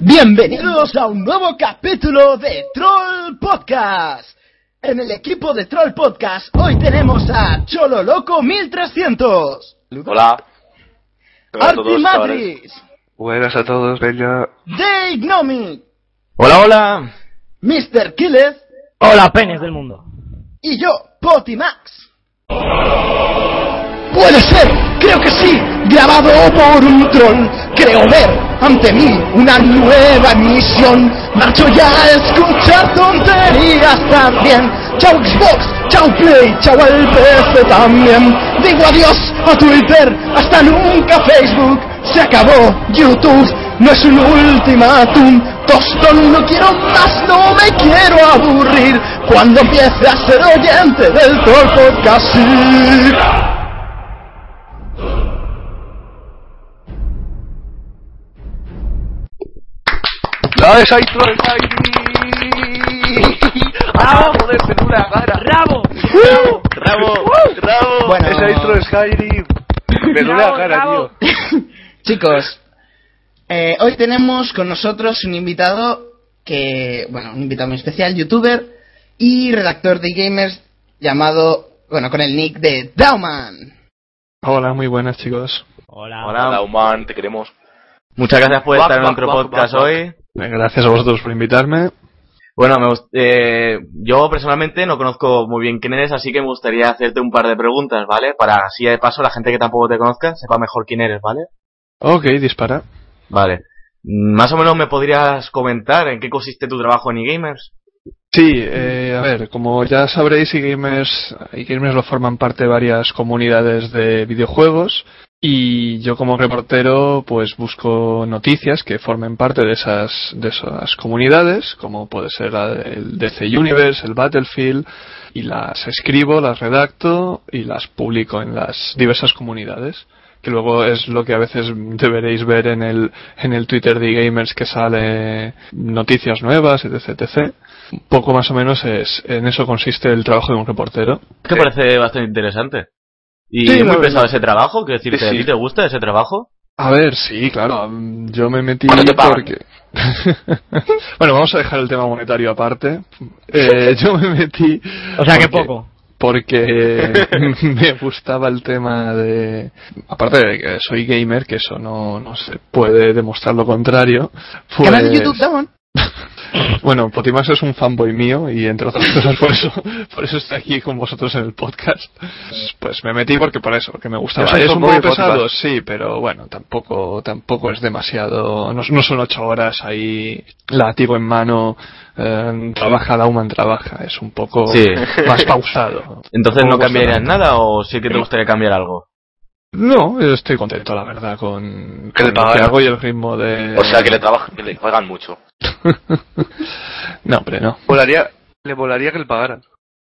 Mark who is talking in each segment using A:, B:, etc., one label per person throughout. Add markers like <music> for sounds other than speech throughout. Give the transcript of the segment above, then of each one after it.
A: Bienvenidos a un nuevo capítulo de Troll Podcast. En el equipo de Troll Podcast hoy tenemos a Cholo Loco 1300,
B: Hola. Hola a todos, chavales.
A: Artimatris,
C: Buenas a todos, venga.
A: Dave Gnomic,
D: Hola, hola.
A: Mr. Killeth
E: Hola, penes del mundo.
A: y yo, Potimax. Puede ser, creo que sí, grabado por un troll. Creo ver ante mí una nueva misión. Marcho ya a escuchar tonterías también. Chau Xbox, chau Play, chau al PC también. Digo adiós a Twitter, hasta nunca Facebook. Se acabó YouTube, no es un ultimátum. Tostón, no quiero más, no me quiero aburrir. Cuando empiece a ser oyente del troll podcast. sí.
C: ¡No es Troll Mighty! ¡Ah, joder, tengo una gana!
E: ¡Bravo!
B: Bravo, bravo.
A: Bueno,
C: Esa intro de Skyrim. Me duele la
E: Bravo,
C: cara,
E: bravo.
C: tío.
A: <laughs> chicos, eh, hoy tenemos con nosotros un invitado que, bueno, un invitado muy especial, youtuber y redactor de gamers llamado, bueno, con el nick de Dauman.
C: Hola, muy buenas, chicos.
E: Hola.
D: Hola.
B: Hola, Human, te queremos.
D: Muchas gracias por
B: Guac,
D: estar en
B: guac,
D: nuestro
B: guac,
D: podcast
B: guac, guac.
D: hoy.
C: Gracias a vosotros por invitarme.
D: Bueno, me gust- eh, yo personalmente no conozco muy bien quién eres, así que me gustaría hacerte un par de preguntas, ¿vale? Para así de paso la gente que tampoco te conozca sepa mejor quién eres, ¿vale?
C: Ok, dispara.
D: Vale. Mm, Más o menos me podrías comentar en qué consiste tu trabajo en eGamers.
C: Sí, eh, a ver, como ya sabréis, eGamers, eGamers lo forman parte de varias comunidades de videojuegos y yo como reportero pues busco noticias que formen parte de esas, de esas comunidades, como puede ser la del DC Universe, el Battlefield, y las escribo, las redacto y las publico en las diversas comunidades que luego es lo que a veces deberéis ver en el, en el Twitter de gamers que sale noticias nuevas, etc, etc. Un poco más o menos es, en eso consiste el trabajo de un reportero.
D: Que
C: Sí.
D: parece bastante interesante. Y
C: Sí,
D: es
C: la
D: muy
C: verdad.
D: pesado ese trabajo, quiero decirte, ¿a
C: Sí.
D: ti te gusta ese trabajo?
C: A ver, sí, claro, mm, yo me metí
B: ¿Cuánto te pagan?
C: porque... <laughs> bueno, vamos a dejar el tema monetario aparte. Eh, yo me metí...
E: O sea que
C: porque-
E: poco.
C: porque <laughs> me gustaba el tema de aparte de que soy gamer que eso no, no se puede demostrar lo contrario pues,
A: Canal de YouTube Dauman.
C: bueno Potimax es un fanboy mío y entre otras cosas por eso <laughs> por eso estoy aquí con vosotros en el podcast pues me metí porque por eso porque me gustaba
D: Yo soy
C: es un
D: fanboy
C: poco
D: de Potimax.
C: pesado sí pero bueno tampoco tampoco es demasiado no, no son ocho horas ahí látigo en mano eh, trabaja Dauman trabaja es un poco
D: Sí.
C: <laughs> más pausado
D: Entonces
C: Como
D: no
C: vosotros.
D: cambiarías nada o sí que te gustaría cambiar algo?
C: No, yo estoy contento, la verdad, con,
B: Que
C: con
B: le
C: lo que
B: pagaran.
C: hago y el ritmo de...
B: O sea, que le trabajan, que le pagan mucho.
C: No, hombre, no.
F: Volaría, le volaría que le pagaran.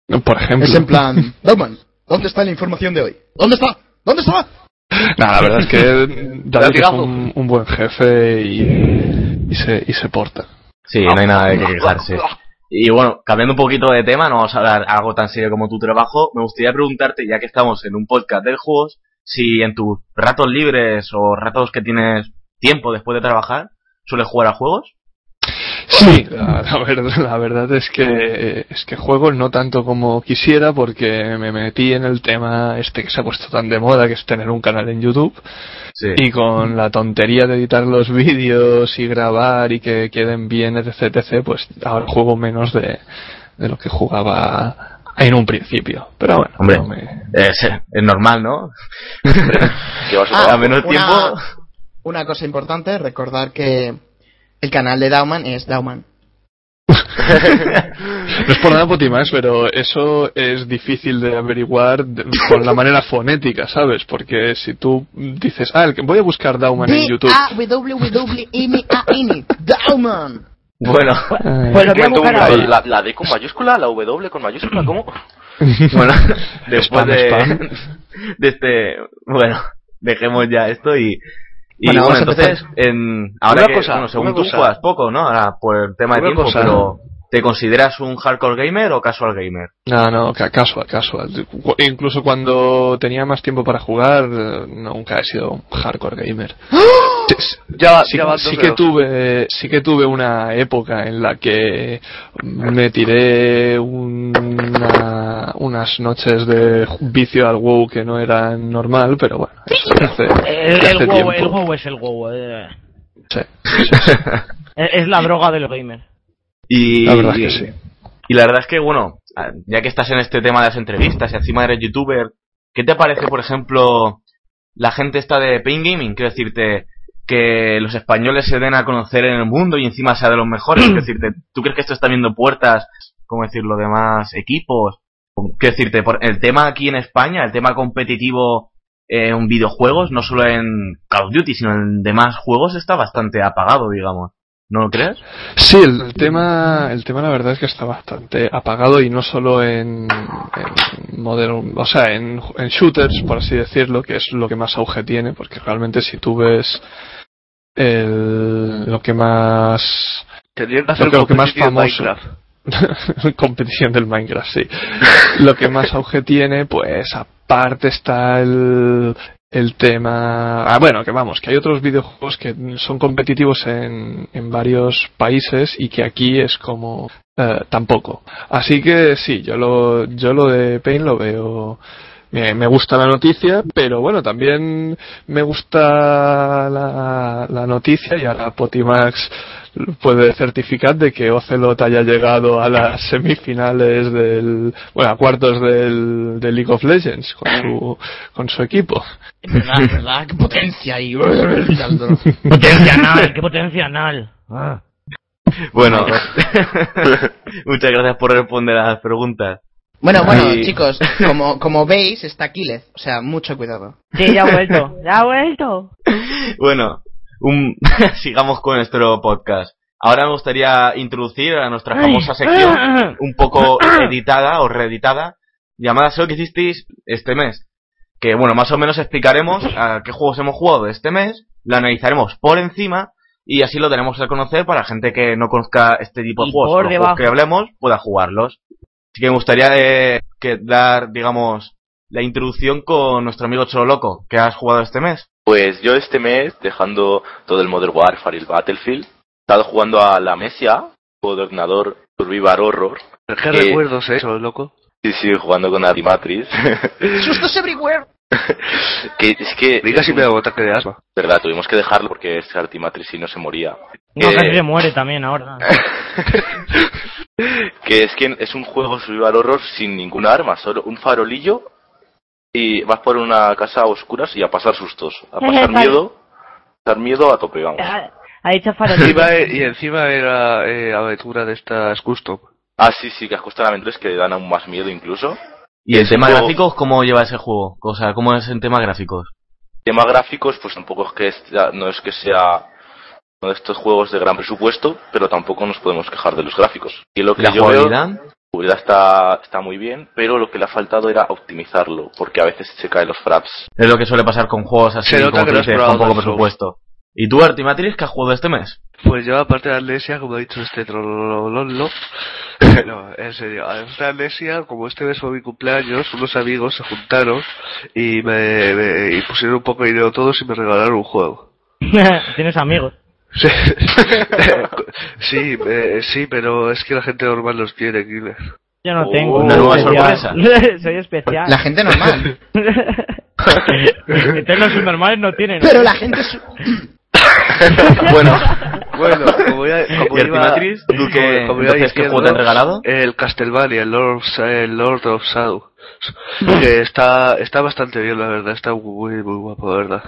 C: No, Por ejemplo...
A: Es en plan, Dauman, ¿dónde está la información de hoy? ¿Dónde está? ¿Dónde está?
C: No, la verdad es
D: <laughs>
C: que David es
F: Latigazo.
C: un, un buen jefe y, y, se, y se porta.
D: Sí, no hay nada de que
A: Ah,
B: <laughs>
D: quejarse. Y bueno, cambiando un poquito de tema, no vamos a hablar algo tan serio como tu trabajo. Me gustaría preguntarte, ya que estamos en un podcast de juegos, si en tus ratos libres o ratos que tienes tiempo después de trabajar, sueles jugar a juegos.
C: Sí, la, la verdad, la verdad es que es que juego no tanto como quisiera porque me metí en el tema este que se ha puesto tan de moda, que es tener un canal en YouTube.
D: Sí.
C: Y con la tontería de editar los vídeos y grabar y que queden bien, etc, etc, pues ahora juego menos de, de lo que jugaba en un principio. Pero bueno,
D: Hombre.
C: no me-
D: Es, es
C: <laughs>
D: normal, ¿no? <laughs>
B: Lleva su
A: Ah,
D: a
B: trabajo.
D: menos
A: una-
D: tiempo.
A: Una cosa importante, recordar que el canal de Dauman es Dauman.
C: no es por nada Potimax, pero eso es difícil de averiguar de- con la manera fonética, ¿sabes? Porque si tú dices, ah, el que- voy a buscar Dauman en YouTube.
A: D-A-W-W-E-M-A-N. Dauman.
D: Bueno,
C: Ay,
E: Pues lo voy a
B: Un momento, un
E: buscar
B: momento.
C: ahora.
B: la, la D con mayúscula, la W con mayúscula, ¿cómo?
D: bueno, <laughs> después
C: Spam,
D: de,
C: spam.
D: <laughs> de este, bueno, dejemos ya esto y, y
A: Bueno,
D: bueno,
A: vamos a
D: entonces, en, ahora
F: Una
D: que,
F: cosa,
D: bueno, según
F: una
D: tú
F: cosa.
D: juegas poco, ¿no? Ahora, por el tema de
C: Una
D: tiempo,
C: cosa.
D: pero, ¿te consideras un hardcore gamer o casual gamer?
C: No, no, ca- casual, casual. Cu-
E: ¡Ah!
C: Incluso cuando tenía más tiempo para jugar, eh, nunca he sido un hardcore gamer. Sí, sí,
F: Ya va-
C: sí-
F: ya va dos
C: sí
F: de
C: que
F: dos.
C: tuve sí que tuve una época en la que me tiré una- unas noches de vicio al WoW que no era normal pero bueno eso ya hace,
E: El,
C: ya
E: el
C: hace
E: WoW,
C: tiempo.
E: el WoW es el WoW. eh.
C: Sí,
E: Es, es la droga de los gamers.
D: Y
C: la verdad es que sí
D: Y la verdad es que, bueno, a- ya que estás en este tema de las entrevistas y encima eres youtuber, ¿qué te parece, por ejemplo, la gente esta de Pain Gaming? Quiero decirte, que los españoles se den a conocer en el mundo y encima sea de los mejores. Quiero decirte, ¿tú crees que esto está abriendo puertas, cómo decirlo, de más equipos? Quiero decirte, por el tema aquí en España, el tema competitivo en videojuegos, no solo en Call of Duty, sino en demás juegos, está bastante apagado, digamos. ¿No lo crees?
C: Sí, el, el tema, el tema la verdad es que está bastante apagado y no solo en, en modern- o sea, en, en shooters, por así decirlo, que es lo que más auge tiene, porque realmente si tú ves el, lo que más
F: Tendrían que
C: Yo
F: hacer
C: creo
F: un
C: que más
F: competitivo de
C: famoso. <laughs>
F: Minecraft.
C: competición del Minecraft, sí. Lo que más auge tiene, pues aparte está el, el tema... Ah, bueno, que vamos, que hay otros videojuegos que son competitivos en, en varios países y que aquí es como... eh, tampoco. Así que sí, yo lo, yo lo de Pain lo veo... Me, me gusta la noticia, pero bueno, también me gusta la, la noticia y ahora Potimax puede certificar de que Ocelot haya llegado a las semifinales del, bueno, a cuartos del, del League of Legends con su, con su equipo.
E: Es verdad, es verdad, qué potencia ahí. potencia anal, qué potencia anal. Ah.
D: Bueno, <laughs> muchas gracias por responder a las preguntas.
G: Bueno, bueno,
D: Ay. <laughs>
G: chicos, como, como veis, está Aquiles. O sea, mucho cuidado.
E: Sí, ya ha vuelto, ya ha vuelto.
D: Bueno, un- <laughs> sigamos con nuestro podcast. Ahora me gustaría introducir a nuestra famosa sección,
E: <laughs>
D: un poco editada o reeditada, llamada SEO que hicisteis este mes. Que bueno, más o menos explicaremos a qué juegos hemos jugado este mes, la analizaremos por encima y así lo tenemos a conocer para la gente que no conozca este tipo de
E: Y
D: juegos,
E: por
D: los juegos
E: debajo.
D: que hablemos, pueda jugarlos. Así que me gustaría eh, que dar, digamos, la introducción con nuestro amigo Cholo Loco, que has jugado este mes.
B: Pues yo este mes, dejando todo el Modern Warfare y el Battlefield, he estado jugando a la Mesia, juego de ordenador Survival Horror.
F: Pero qué
B: Eh,
F: recuerdos, eh, eso, loco.
B: Sí, sí, jugando con
A: <laughs>
B: Adimatriz.
G: ¡Sustos everywhere!
B: que es que...
F: Diga si me da un ataque de asma.
B: Verdad, tuvimos que dejarlo porque este Artimatrix si no se moría.
E: No,
B: Eh,
E: casi se muere también ahora.
B: que es que es un juego survival horror sin ninguna arma, solo un farolillo y vas por una casa a oscuras y a pasar sustos,
E: <laughs>
B: a pasar
E: Vale.
B: miedo, pasar miedo a tope, vamos.
E: Ah, <laughs> Ha dicho
F: Encima,
E: farolillo.
F: eh, y encima era eh, aventura de estas custom.
B: Ah, sí, sí, que has costado aventuras que dan aún más miedo incluso.
D: ¿Y el
B: Es
D: tema
B: un juego-
D: gráficos cómo lleva ese juego? O sea, ¿cómo es en tema gráficos?
B: Tema gráficos, pues tampoco es que sea- no es que sea uno de estos juegos de gran presupuesto, pero tampoco nos podemos quejar de los gráficos. Y
F: Pues
B: lo que
D: ¿La
B: yo veo,
D: jugabilidad?
B: jugabilidad está, está muy bien, pero lo que le ha faltado era optimizarlo, porque a veces se caen los fraps.
D: Es lo que suele pasar con juegos así,
F: Se nota
D: como
F: que
D: tú
F: lo has
D: dices, con
F: probado
D: poco
F: Dark Souls.
D: presupuesto. ¿Y tú, Artimatrix, qué has jugado este mes?
F: Pues yo, aparte de la amnesia, como ha dicho este trolololo, <laughs> no, en serio, además de la amnesia, como este mes fue mi cumpleaños, unos amigos se juntaron y me, me- y pusieron un poco de dinero todos y me regalaron un juego.
E: <laughs>
F: <laughs>
E: Tienes amigos.
F: Sí, <laughs> sí, eh, sí, pero es que la gente normal los tiene, Killer.
E: Yo no
B: Oh,
E: tengo.
B: una
E: soy
B: nueva
E: especial. <laughs> soy especial.
G: La gente normal.
E: <laughs> Entonces los subnormales no tienen.
G: Pero la gente... su-
D: bueno,
F: <laughs> Bueno,
D: <laughs>
F: como ya, como
D: ¿y
F: iba,
D: Artimatrix? ¿Tú qué,
F: como iba
D: entonces, qué juego te han
F: diciendo, eh,
D: regalado?
F: El Castlevania, el Lord, of- el Lord of Shadow. Que está, está bastante bien, la verdad. Está muy, muy guapo, la verdad.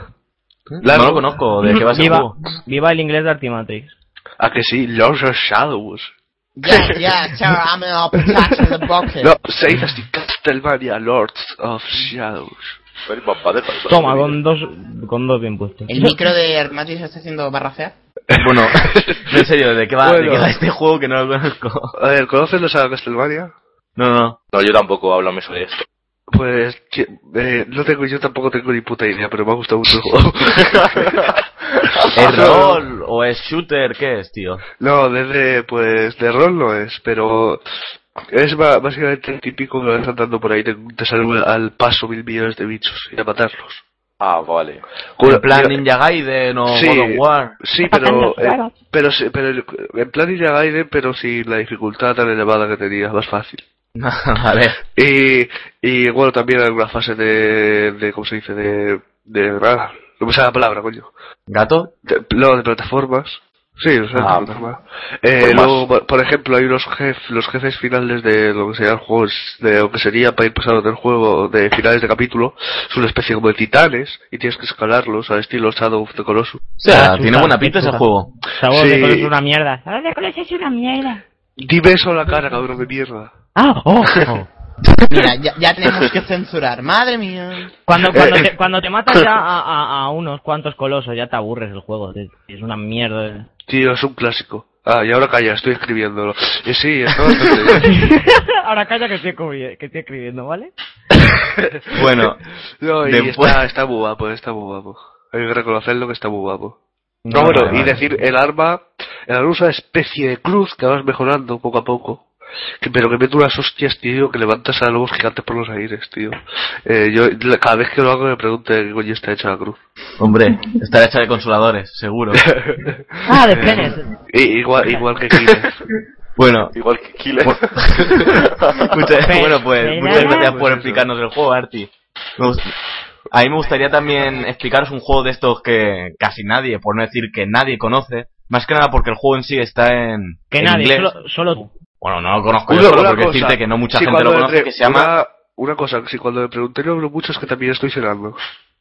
D: No lo conozco, ¿de qué va ese
E: viva,
D: juego?
E: viva el inglés de Artimatrix.
F: ¿A que sí? Lord of Shadows.
D: <laughs>
G: Ya, ya, chao, I'm a potato in the bucket.
F: No, se dice así, Castlevania, Lords of Shadows.
B: Ay, papá, de-
E: Toma, con dos, con dos bien puestos.
G: El micro de Armatis está haciendo barracea.
F: <laughs>
D: Bueno, en serio, ¿de qué, va, de
F: Bueno.
D: qué va este juego que no lo conozco? <laughs>
F: A ver, ¿conoces los a Castlevania?
D: No, no.
B: No, yo tampoco, háblame sobre esto.
F: Pues, que- eh, no tengo, yo tampoco tengo ni puta idea, pero me ha <laughs> gustado mucho el juego. <laughs> Ah,
D: ¿Es rol o es shooter? ¿Qué es, tío?
F: No, desde, pues, de rol no es, pero es ba- básicamente el típico que vas andando por ahí, te, te salen al paso mil millones de bichos y a matarlos.
B: Ah, vale.
D: En plan Ninja Gaiden o
F: Sí.
D: God of War.
F: Sí, pero, eh, pero, sí- pero el- en plan Ninja Gaiden, pero sin la dificultad tan elevada que tenía, más fácil.
D: <laughs> vale.
F: Y, y bueno, también alguna fase de, de ¿cómo se dice? De, de, ah, no me sale la palabra, coño.
D: ¿Gato?
F: De- no, de plataformas. Sí, o sea,
B: Ah,
F: de plataformas. Eh,
B: pues más.
F: luego, por- por ejemplo, hay unos jef- los jefes finales de lo que sería el juego, es- de lo que sería para ir pasando del juego, de finales de capítulo, es una especie como de titanes, y tienes que escalarlos al estilo Shadow of the Colossus.
D: O sea,
E: Ah,
D: tiene
E: chuta,
D: buena pinta ese
E: chuta.
D: juego.
E: Sabor
F: Sí.
E: de color es una mierda. Sabor de color es una mierda.
F: Dime eso a la cara, cabrón de mierda.
E: Ah, oh. oh.
G: Mira, ya, ya tenemos que censurar. Madre mía.
E: Cuando, cuando,
F: Eh,
E: te, cuando te matas ya a, a- a unos cuantos colosos, ya te aburres el juego. te- Es una <laughs> mierda.
F: Tío, es un clásico. Ah, y ahora calla, estoy escribiéndolo. Y sí, está bastante bien.
E: Ahora calla que estoy, cubri- que estoy escribiendo, ¿vale?
D: Bueno,
F: No, y
D: Después-
F: está, está muy guapo, está muy guapo. Hay que reconocerlo que está muy guapo. No,
D: No,
F: bueno,
D: vale,
F: y
D: vale.
F: decir, el arma, el arma es una especie de cruz que vas mejorando poco a poco. Que- pero que mete unas hostias, tío, que levantas a lobos gigantes por los aires, tío. Eh, yo la- cada vez que lo hago me pregunto de qué coño está hecha la cruz.
D: <laughs> hombre, estará hecha de consoladores, seguro.
E: Ah, de penes.
F: I- igual, igual
D: <laughs>
F: que Kines.
D: <laughs> Bueno,
B: Igual que
D: <laughs>
B: Killer. <laughs>
D: muchas, bueno, pues
E: Pero-
D: muchas gracias por
F: Pues
D: explicarnos el juego, Arti. Me gust- A mí me gustaría también explicaros un juego de estos que casi nadie, por no decir que nadie conoce. Más que nada porque el juego en sí está en,
E: Que
D: en
E: nadie,
D: inglés.
E: solo, solo tú.
D: Bueno, no lo conozco yo solo porque decirte que no mucha gente lo conoce, que se llama...
F: Una, una cosa, si cuando me pregunté no hablo mucho es que también estoy cenando.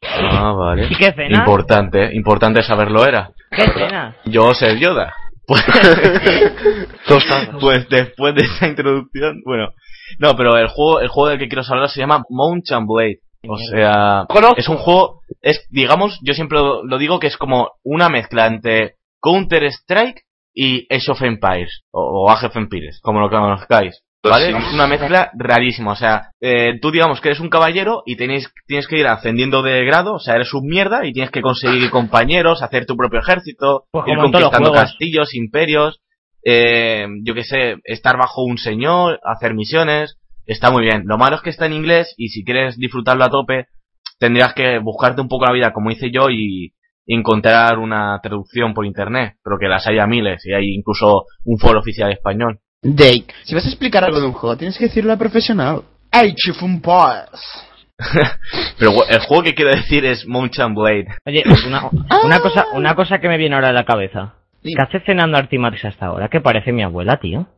D: Ah, vale.
E: ¿Y qué cenas?
D: Importante, importante saberlo era.
E: ¿Qué cenas?
D: Yo ser Yoda. Pues, <laughs>
F: Tostadas.
D: pues después de esa introducción, bueno, no, pero el juego, el juego del que quiero hablar se llama Mount and Blade. O sea,
F: Conozco.
D: es un juego, es, digamos, yo siempre lo, lo digo que es como una mezcla entre Counter Strike y Age of Empires o, o Age of Empires, como lo conozcáis. ¿Vale?
B: Pues sí.
D: Es una mezcla rarísima. O sea, eh, tú digamos que eres un caballero y tenéis, tienes que ir ascendiendo de grado. O sea, eres un mierda y tienes que conseguir compañeros, hacer tu propio ejército,
E: Pues
D: ir
E: como en todos los
D: conquistando
E: juegos.
D: castillos, imperios, eh, yo qué sé, estar bajo un señor, hacer misiones. Está muy bien. Lo malo es que está en inglés y si quieres disfrutarlo a tope, tendrías que buscarte un poco la vida, como hice yo, y encontrar una traducción por internet. Pero que las hay a miles y hay incluso un foro oficial español.
G: Jake, si vas a explicar algo de un juego, tienes que decirlo a profesional. Hey, chief, un boss.
D: Pero bueno, el juego que quiero decir es Mount and Blade.
E: Oye, una, una cosa, una cosa que me viene ahora a la cabeza.
G: Dime.
E: ¿Qué hace cenando Artimax hasta ahora? Que parece mi abuela, tío.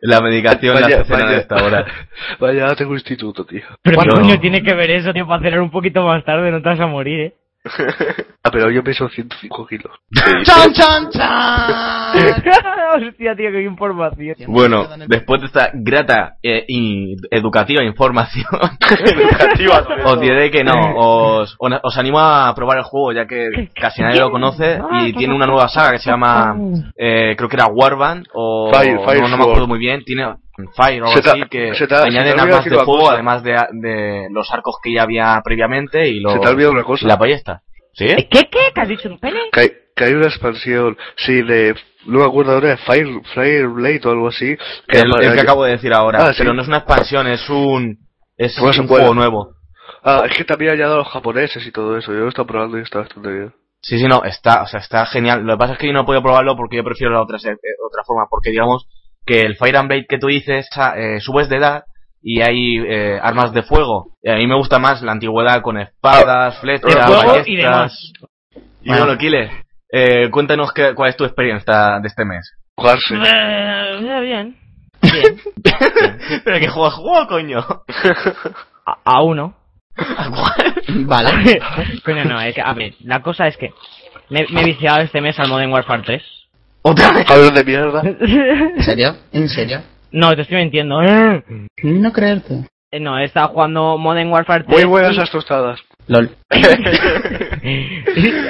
D: La medicación
F: Vaya-
D: la cena
F: vaya.
D: de esta hora.
F: <laughs> Vaya, tengo instituto, tío.
E: Pero
D: Bueno.
E: ¿qué coño tiene que ver eso, tío? Para cenar un poquito más tarde no te vas a morir, ¿eh? <laughs>
F: Ah, pero yo peso 105 kilos.
G: ¡Chan, chan, chan!
E: Hostia, tío, que información.
D: Bueno, después de esta grata eh, y educativa información, <laughs>
B: Educativa, sobre todo.
D: os diré que no. Os, os animo a probar el juego ya que casi nadie lo conoce y tiene una nueva saga que se llama, eh, creo que era Warband o
F: Fire-
D: no- no, me
F: Fireward.
D: acuerdo muy bien. Tiene Fire o algo
F: Se te-
D: así que
F: se te- se te
D: añaden
F: olvida
D: armas
F: decir
D: de
F: una
D: fuego
F: cosa.
D: además de, de los arcos que ya había previamente y los,
F: Se te ha olvidado una
D: y
F: cosa.
D: la ballesta. ¿Sí?
E: ¿Eh? ¿Qué, qué? ¿Que has dicho un pene?
F: Que hay, que hay una expansión, sí, de. No me acuerdo ahora, de Fire, Fireblade o algo así.
D: Que el, el que acabo de decir ahora.
F: Ah, sí.
D: Pero no es una expansión, es un. Es
F: Pues
D: un
F: bueno.
D: juego nuevo.
F: Ah, es que también ha llegado a los japoneses y todo eso. Yo lo he estado probando y está bastante bien.
D: Sí, sí, no, está, o sea, está genial. Lo que pasa es que yo no he podido probarlo porque yo prefiero la otra, se- eh, otra forma. Porque digamos que el Fire and Blade que tú dices, sa- eh, subes de edad y hay eh, armas de fuego. Y a mí me gusta más la antigüedad con espadas, flechas,
E: fuego y
D: ballestas.
E: demás.
D: Y bueno, Kile, eh, cuéntanos qué- cuál es tu experiencia de este mes.
F: Jugarse.
E: Eh, bien. Bien.
D: <laughs> ¿Pero qué juego has jugado, coño?
E: A, a uno.
G: <laughs>
E: <laughs>
G: Vale.
E: Coño, no, es que, a ver, la cosa es que me, me he viciado este mes al Modern Warfare 3.
F: ¿Otra vez? Cabrón
E: <laughs>
F: de mierda.
G: ¿En serio? ¿En serio?
E: no, te estoy mintiendo. Eh,
G: No creerte.
E: No, he estado jugando Modern Warfare 3.
F: Muy buenas esas tostadas.
G: LOL.
E: <laughs>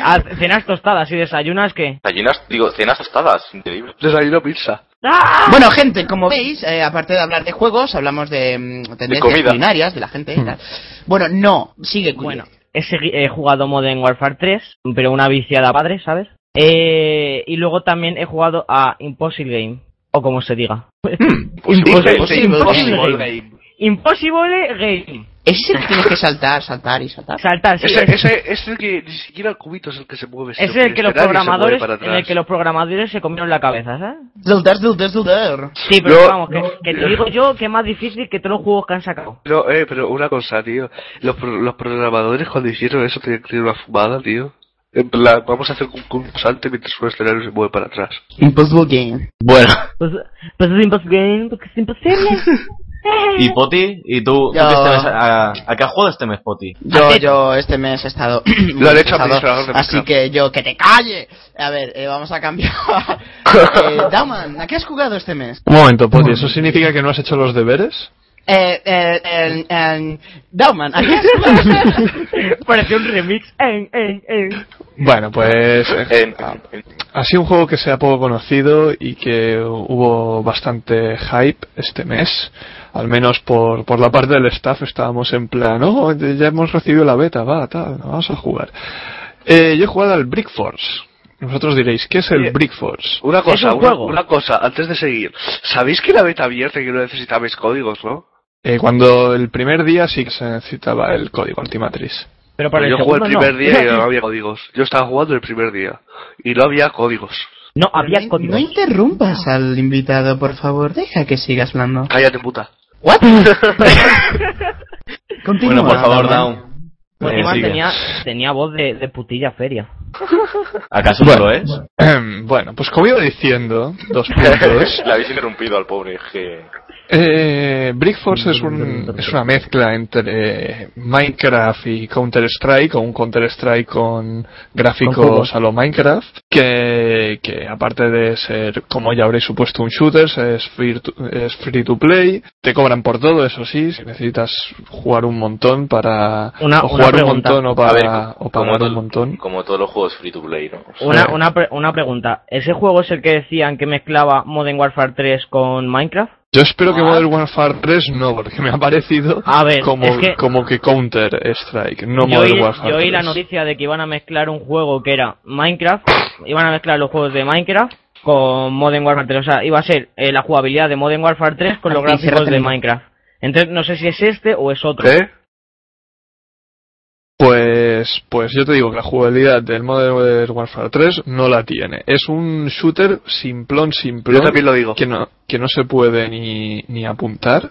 E: Ah, cenas tostadas y desayunas que...
B: Desayunas, digo, cenas tostadas, increíble.
F: Desayuno pizza. ¡Ah! <laughs>
G: Bueno, gente, como veis, eh, aparte de hablar de juegos, hablamos de mm, tendencias
B: comida.
G: culinarias, de la gente y tal. Bueno, no, sigue Hmm.
E: Bueno,
G: Bueno,
E: he, segui- he jugado Modern Warfare 3, pero una viciada padre, ¿sabes? Eh, y luego también he jugado a Impossible Game, o como se diga.
B: Imposible.
G: Impossible.
B: Impossible.
E: Impossible Game.
G: Ese es el que tienes que saltar, saltar y saltar.
E: Saltar, sí.
F: Ese,
E: es-
F: ese, es el que ni siquiera el cubito es el que se mueve.
E: es
F: sino
E: el que los
F: nadie se mueve
E: programadores
F: para
E: en el
F: atrás.
E: que los programadores se comieron la cabeza, ¿sabes?
G: Dildar, dildar, dildar.
E: Sí, pero
F: No,
E: vamos, que, que te digo yo que es más difícil que todos los juegos que han sacado.
F: No, eh, pero una cosa, tío. Los, pro- los programadores cuando hicieron eso tenían que ir una fumada, tío. En plan, vamos a hacer un concursante mientras un escenario se mueve para atrás.
G: Impossible Game.
D: Bueno,
E: Pues, pues es imposible, porque es <laughs> imposible.
D: y Poti, ¿y tú, tú
G: Yo-
D: qué este mes- a, a qué has jugado este mes, Poti?
G: Yo,
E: Hacer-
G: yo este mes he estado. <clears throat> muy
F: Lo han hecho
G: estresado,
F: administrador de
G: Así
F: Minecraft.
G: que yo, que te calle. A ver, eh, vamos a
F: <laughs>
G: cambiar. eh, Dauman, ¿a qué has jugado este mes?
C: Un momento, Poti, Pues, ¿eso significa que no has hecho los deberes?
G: Eh, eh, eh, eh, Dauman, ¿a qué has jugado? <laughs>
E: Pareció un remix. En, en, en.
C: Bueno, pues eh,
B: En- en-
C: ha sido un juego que sea poco conocido y que hubo bastante hype este mes. Al menos por, por la parte del staff estábamos en plan, oh, ya hemos recibido la beta, va, tal, vamos a jugar. Eh, yo he jugado al Brick Force. Vosotros diréis, ¿qué es el
F: Sí.
C: Brick Force?
F: Una cosa,
E: un
F: una,
E: juego.
F: una cosa, antes de seguir. ¿Sabéis que la beta abierta y que no necesitabais códigos, no?
C: Eh, cuando el primer día sí que se necesitaba el código antimatriz. <clears throat>
E: Pero para
F: Pues yo
E: el
F: jugué
E: segundo
F: el primer
E: no. <laughs>
F: día y no había códigos. Yo estaba jugando el primer día y no había códigos.
E: No, había
G: no,
E: códigos.
G: no interrumpas al invitado, por favor. Deja que sigas hablando.
F: Cállate, puta.
G: ¿What?
D: Bueno, por favor,
G: Dauman.
D: Down.
E: Porque
D: Eh,
E: Iván
D: sigue.
E: tenía, tenía voz de, de putilla feria.
D: ¿Acaso no lo es?
C: bueno, pues como iba diciendo, dos puntos.
B: <laughs>
E: <laughs>
B: Le habéis interrumpido al pobre que...
C: Eh, Brick Force es, un-
E: Mm,
C: es una mezcla entre eh, Minecraft y Counter-Strike, o un Counter-Strike con
E: Con juegos.
C: gráficos a lo Minecraft, que, que aparte de ser, como ya habréis supuesto, un shooter, es free, to, es free to play, te cobran por todo, eso sí, si necesitas jugar un montón para...
E: Una-
C: o
E: una
C: jugar un
E: pregunta.
C: montón o, para,
B: A ver,
C: o
B: como
C: pagar
B: todo-
C: un montón.
B: Como todos los juegos free to play, ¿no? O sea,
E: Una,
C: Sí.
E: una, pre- una pregunta. ¿Ese juego es el que decían que mezclaba Modern Warfare 3 con Minecraft?
C: Yo espero que Modern Warfare 3 no, porque me ha parecido
E: A ver,
C: como,
E: es que-
C: como que Counter Strike, no
E: yo
C: Modern
E: oí,
C: Warfare
E: yo oí
C: 3.
E: la noticia de que iban a mezclar un juego que era Minecraft, iban a mezclar los juegos de Minecraft con Modern Warfare 3. O sea, iba a ser eh, la jugabilidad de Modern Warfare 3 con los
G: Ah, sí,
E: gráficos de
G: cierto.
E: Minecraft. Entonces, no sé si es este o es otro.
F: ¿Eh?
C: Pues, pues yo te digo que la jugabilidad del Modern Warfare 3 no la tiene. Es un shooter simplón, simplón.
F: Yo también lo digo.
C: Que no, que no se puede ni, ni apuntar.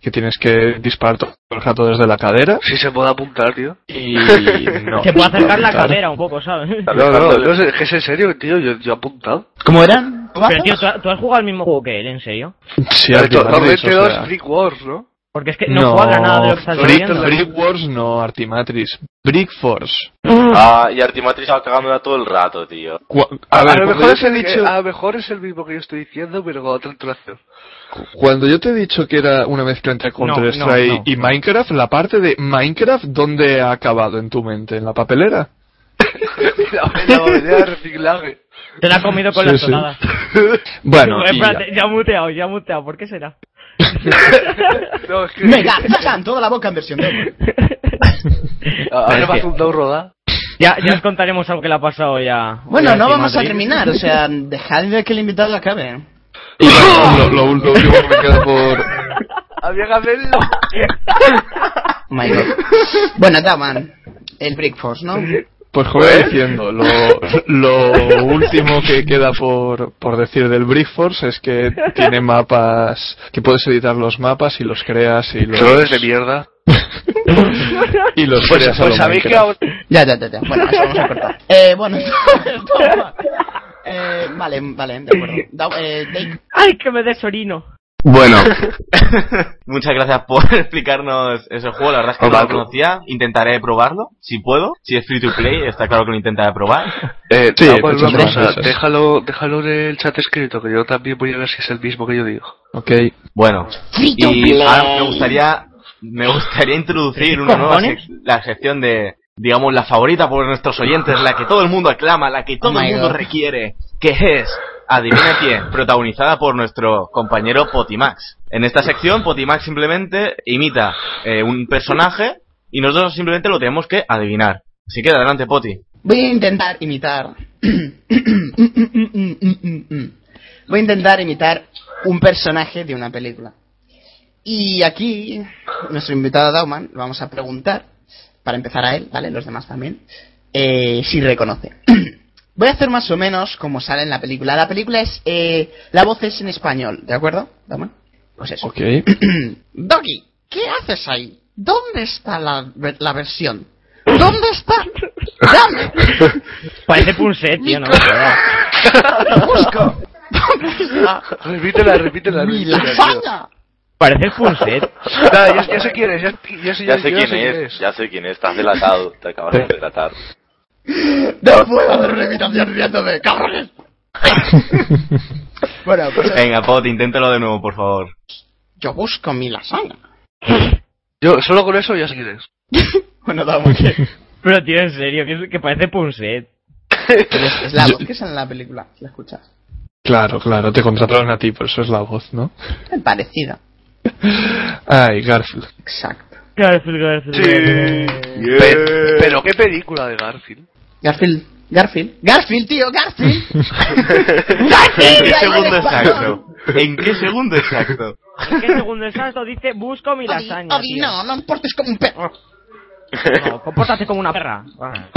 C: Que tienes que disparar todo el rato desde la cadera.
F: Si se puede apuntar, tío.
C: Y
E: <laughs>
C: no.
E: Se puede acercar la
C: Claro.
E: cadera un poco, ¿sabes?
B: Tal vez
F: No, no,
B: cuando-
F: no, es que es en serio, tío, yo, yo he apuntado.
G: ¿Cómo eran?
E: <laughs> Pero tío, ¿tú, tú has jugado al mismo juego que él, en serio?
C: Sí,
F: Esto-
C: Artimatrix,
F: Torrente
C: o
F: 2
C: sea,
F: Freak Wars, ¿no?
E: Porque es que no, cuadra nada de lo que estás
C: Brick,
E: diciendo.
C: Brick Wars no, Artimatrix. Brick Force.
B: Ah, y Artimatrix va cagándola todo el rato, tío.
C: Cua-
F: A,
C: ver, cuando
F: lo mejor
C: yo
F: es
C: te he
F: el,
C: dicho-
F: a lo mejor es el mismo que yo estoy diciendo, pero con otra <laughs> entonación.
C: Cuando yo te he dicho que era una mezcla entre Counter-Strike
E: no, no.
C: y Minecraft, la parte de Minecraft, ¿dónde ha acabado en tu mente? ¿En la papelera?
F: La la <laughs> moneda de reciclaje.
E: Te la has comido con
C: Sí,
E: las
C: sí.
E: tonadas. <laughs>
C: Bueno, y ya.
E: Espérate, ya. ha muteado, ya ha muteado. ¿Por qué será? <laughs>
F: No, es que.
G: Venga, sacan toda la boca en versión demo.
F: Ahora
E: Es
F: me
E: que-
F: hace un down roda.
E: Ya, ya os contaremos algo que le ha pasado ya.
G: Bueno,
E: ya
G: no
E: aquí en
G: vamos a
E: Madrid.
G: terminar, o sea, dejad de que el invitado acabe.
C: Y bueno, lo, lo- lo último que me queda por...
F: Había que hacerlo.
G: Oh my god. Bueno, Daman, el Breakfast, ¿no?
C: Pues como iba diciendo, lo, lo último que queda por, por decir del Brick Force es que tiene mapas, que puedes editar los mapas y los creas y los,
F: Troles de mierda.
C: <laughs> y los
F: Pues,
C: creas a
F: pues
C: lo
F: sabéis que
C: Minecraft.
F: ahora-
G: Ya, ya, ya, ya. Bueno, eso vamos a cortar. Eh, bueno, <laughs> toma. Eh, vale, vale, de acuerdo. Da- eh, Dave,
E: <laughs> ¡Ay, que me desorino!
D: Bueno. Muchas gracias por <laughs> explicarnos ese juego. La verdad es que no lo
F: Pablo.
D: conocía. Intentaré probarlo, si puedo. Si es free to play, está claro que lo intentaré probar.
F: Eh,
C: Sí,
F: vamos,
C: muchas
F: una cosa,
C: gracias.
F: déjalo, déjalo en el chat escrito, que yo también voy a ver si es el mismo que yo digo.
C: Ok.
D: Bueno.
G: Free to
D: Y
G: play.
D: ahora me gustaría, me
G: <laughs>
D: gustaría introducir una nueva
E: cojones?
D: sec- la sección de, digamos, la favorita por nuestros oyentes, la que todo el mundo aclama, la que todo
G: Oh my
D: el mundo
G: God.
D: requiere, que es, adivina quién, protagonizada por nuestro compañero Potimax. En esta sección, Potimax simplemente imita eh, un personaje y nosotros simplemente lo tenemos que adivinar. Así que adelante, Poti.
G: Voy a intentar imitar. <clears throat> Voy a intentar imitar un personaje de una película. Y aquí, nuestro invitado Dauman, le vamos a preguntar, para empezar a él, ¿vale? Los demás también, eh, si reconoce. <clears throat> Voy a hacer más o menos como sale en la película. La película es. eh, la voz es en español, ¿de acuerdo, Dauman? Pues eso.
C: Ok.
G: <clears throat> Doggy, ¿qué haces ahí? ¿Dónde está la, la versión? ¿Dónde está? <laughs> Dame. <laughs>
E: Parece Punset, tío, no me
G: Busco. ¿Dónde está?
F: <laughs> Repítela, repítela.
G: Mi
F: repítela, tío.
G: lasaña.
E: Parece el Punset.
F: Nada, ya, ya sé quién es, ya, ya sé,
B: <laughs> Ya
F: yo-
B: sé
F: yo
B: quién es, ya sé quién es, estás delatado, te acabas de delatar.
G: No puedo hacer una imitación riéndome, cabrones. <laughs> bueno, pues eh,
D: Venga, Pot, inténtalo de nuevo, por
G: <laughs>
D: favor.
G: yo busco mi lasaña.
F: Yo, solo con eso ya sé quién es.
G: Bueno, da muy <laughs> bien.
E: Pero, tío, en serio, que, que parece Punset.
G: Es la voz que es en la película, si la escuchas.
C: Claro, claro, te contrataron a ti, por eso es la voz, ¿no? <laughs>
G: Es parecida.
C: Ay, Garfield.
G: Exacto.
E: Garfield, Garfield.
F: Pe- Pero qué película de Garfield.
G: Garfield, Garfield, Garfield, tío, <laughs> Garfield. Garfield,
D: ¿En qué
G: ahí en
D: segundo
G: español.
D: exacto? ¿En qué segundo exacto?
E: ¿En qué segundo exacto dice busco mi
G: Adi,
E: lasaña?
G: Adi,
E: tío?
G: no, no me portes como un perro.
E: No, compórtate como una perra. Ah,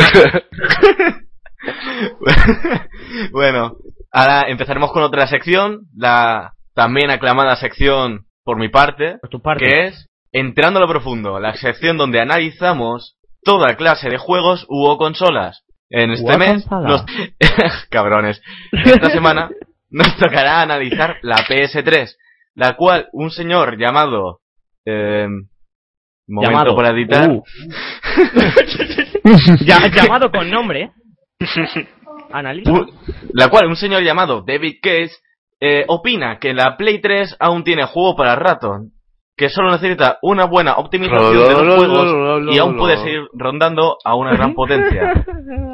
D: <laughs> bueno, ahora empezaremos con otra sección, la también aclamada sección por mi parte,
E: Por tu parte.
D: que es Entrando a lo profundo, la sección donde analizamos toda clase de juegos u o consolas. En este
E: ¿U o
D: mes,
E: consola?
D: nos- <laughs> cabrones,
E: <laughs>
D: esta semana nos tocará analizar la PS3, la cual un señor llamado... Eh, momento
E: Llamado.
D: para editar.
E: Uh. Ya- llamado con <laughs> nombre. Analiza.
D: U- la cual un señor llamado David Case eh, opina que la Play 3 aún tiene juego para rato, que solo necesita una buena optimización de los juegos y aún puede seguir rondando a una gran potencia.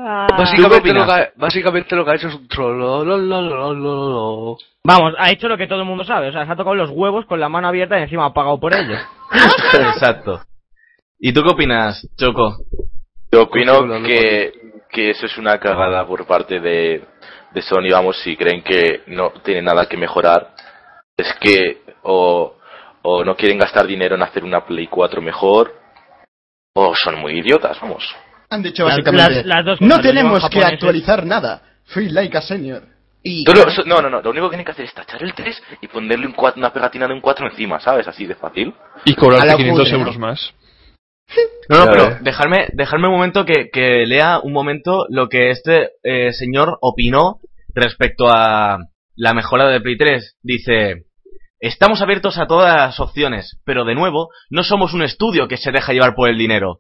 E: Ah. pues,
F: Básicamente
D: ¿Tú qué
F: lo, que,
D: opinas?
F: ha- básicamente lo que ha hecho es un troll. lo, lo, lo, lo, lo, lo.
E: Vamos, ha hecho lo que todo el mundo sabe. O sea, se ha tocado los huevos con la mano abierta y encima ha pagado por ellos.
D: Exacto. ¿Y tú qué opinas, Choco?
B: Yo
D: Pues
B: opino
F: Controlando
B: que, que eso es una cagada por parte de, de Sony, vamos, si creen que no tiene nada que mejorar, es que o, o no quieren gastar dinero en hacer una Play 4 mejor, o son muy idiotas, vamos.
G: Han dicho
E: Las-
G: básicamente.
E: las- las dos
G: no
E: cosas,
G: tenemos
E: los
G: que
E: japoneses".
G: actualizar nada. Free like a senior. Y
B: No, no, so- no, no, no, lo único que tienen que hacer es tachar el 3 y ponerle un cuat- una pegatina de un 4 encima, ¿sabes? Así de fácil.
G: A
C: Y
G: la
C: cobrarte 500
G: cutre, ¿no?
C: euros más.
D: <laughs> No, no,
B: Ya
D: pero
B: ves.
D: dejarme, dejarme un momento que, que lea un momento lo que este eh, señor opinó respecto a la mejora de Play 3. Dice, estamos abiertos a todas las opciones, pero de nuevo, no somos un estudio que se deja llevar por el dinero.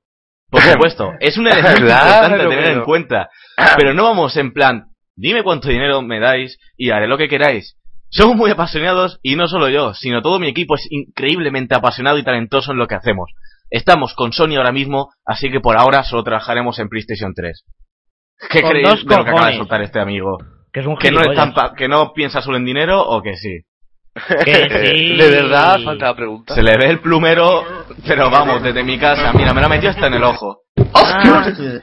D: Por supuesto, es un elemento
F: Claro,
D: importante a tener en
F: pero-
D: cuenta, pero no vamos en plan, dime cuánto dinero me dais y haré lo que queráis. Somos muy apasionados y no solo yo, sino todo mi equipo es increíblemente apasionado y talentoso en lo que hacemos. Estamos con Sony ahora mismo, así que por ahora solo trabajaremos en PlayStation 3. ¿Qué
E: Con
D: creéis
E: dos
D: de lo que acaba de
E: cojones.
D: soltar este amigo?
E: Que es un
D: ¿Que no, es tan
E: gilipollas.
D: pa- ¿Que no piensa solo en dinero o que sí?
F: <laughs>
E: Que
F: Eh,
E: sí.
F: De verdad, falta la pregunta.
D: Se le ve el plumero, pero vamos, desde mi casa. Mira, me lo ha metido hasta en el ojo.
E: Ah.
G: Dios.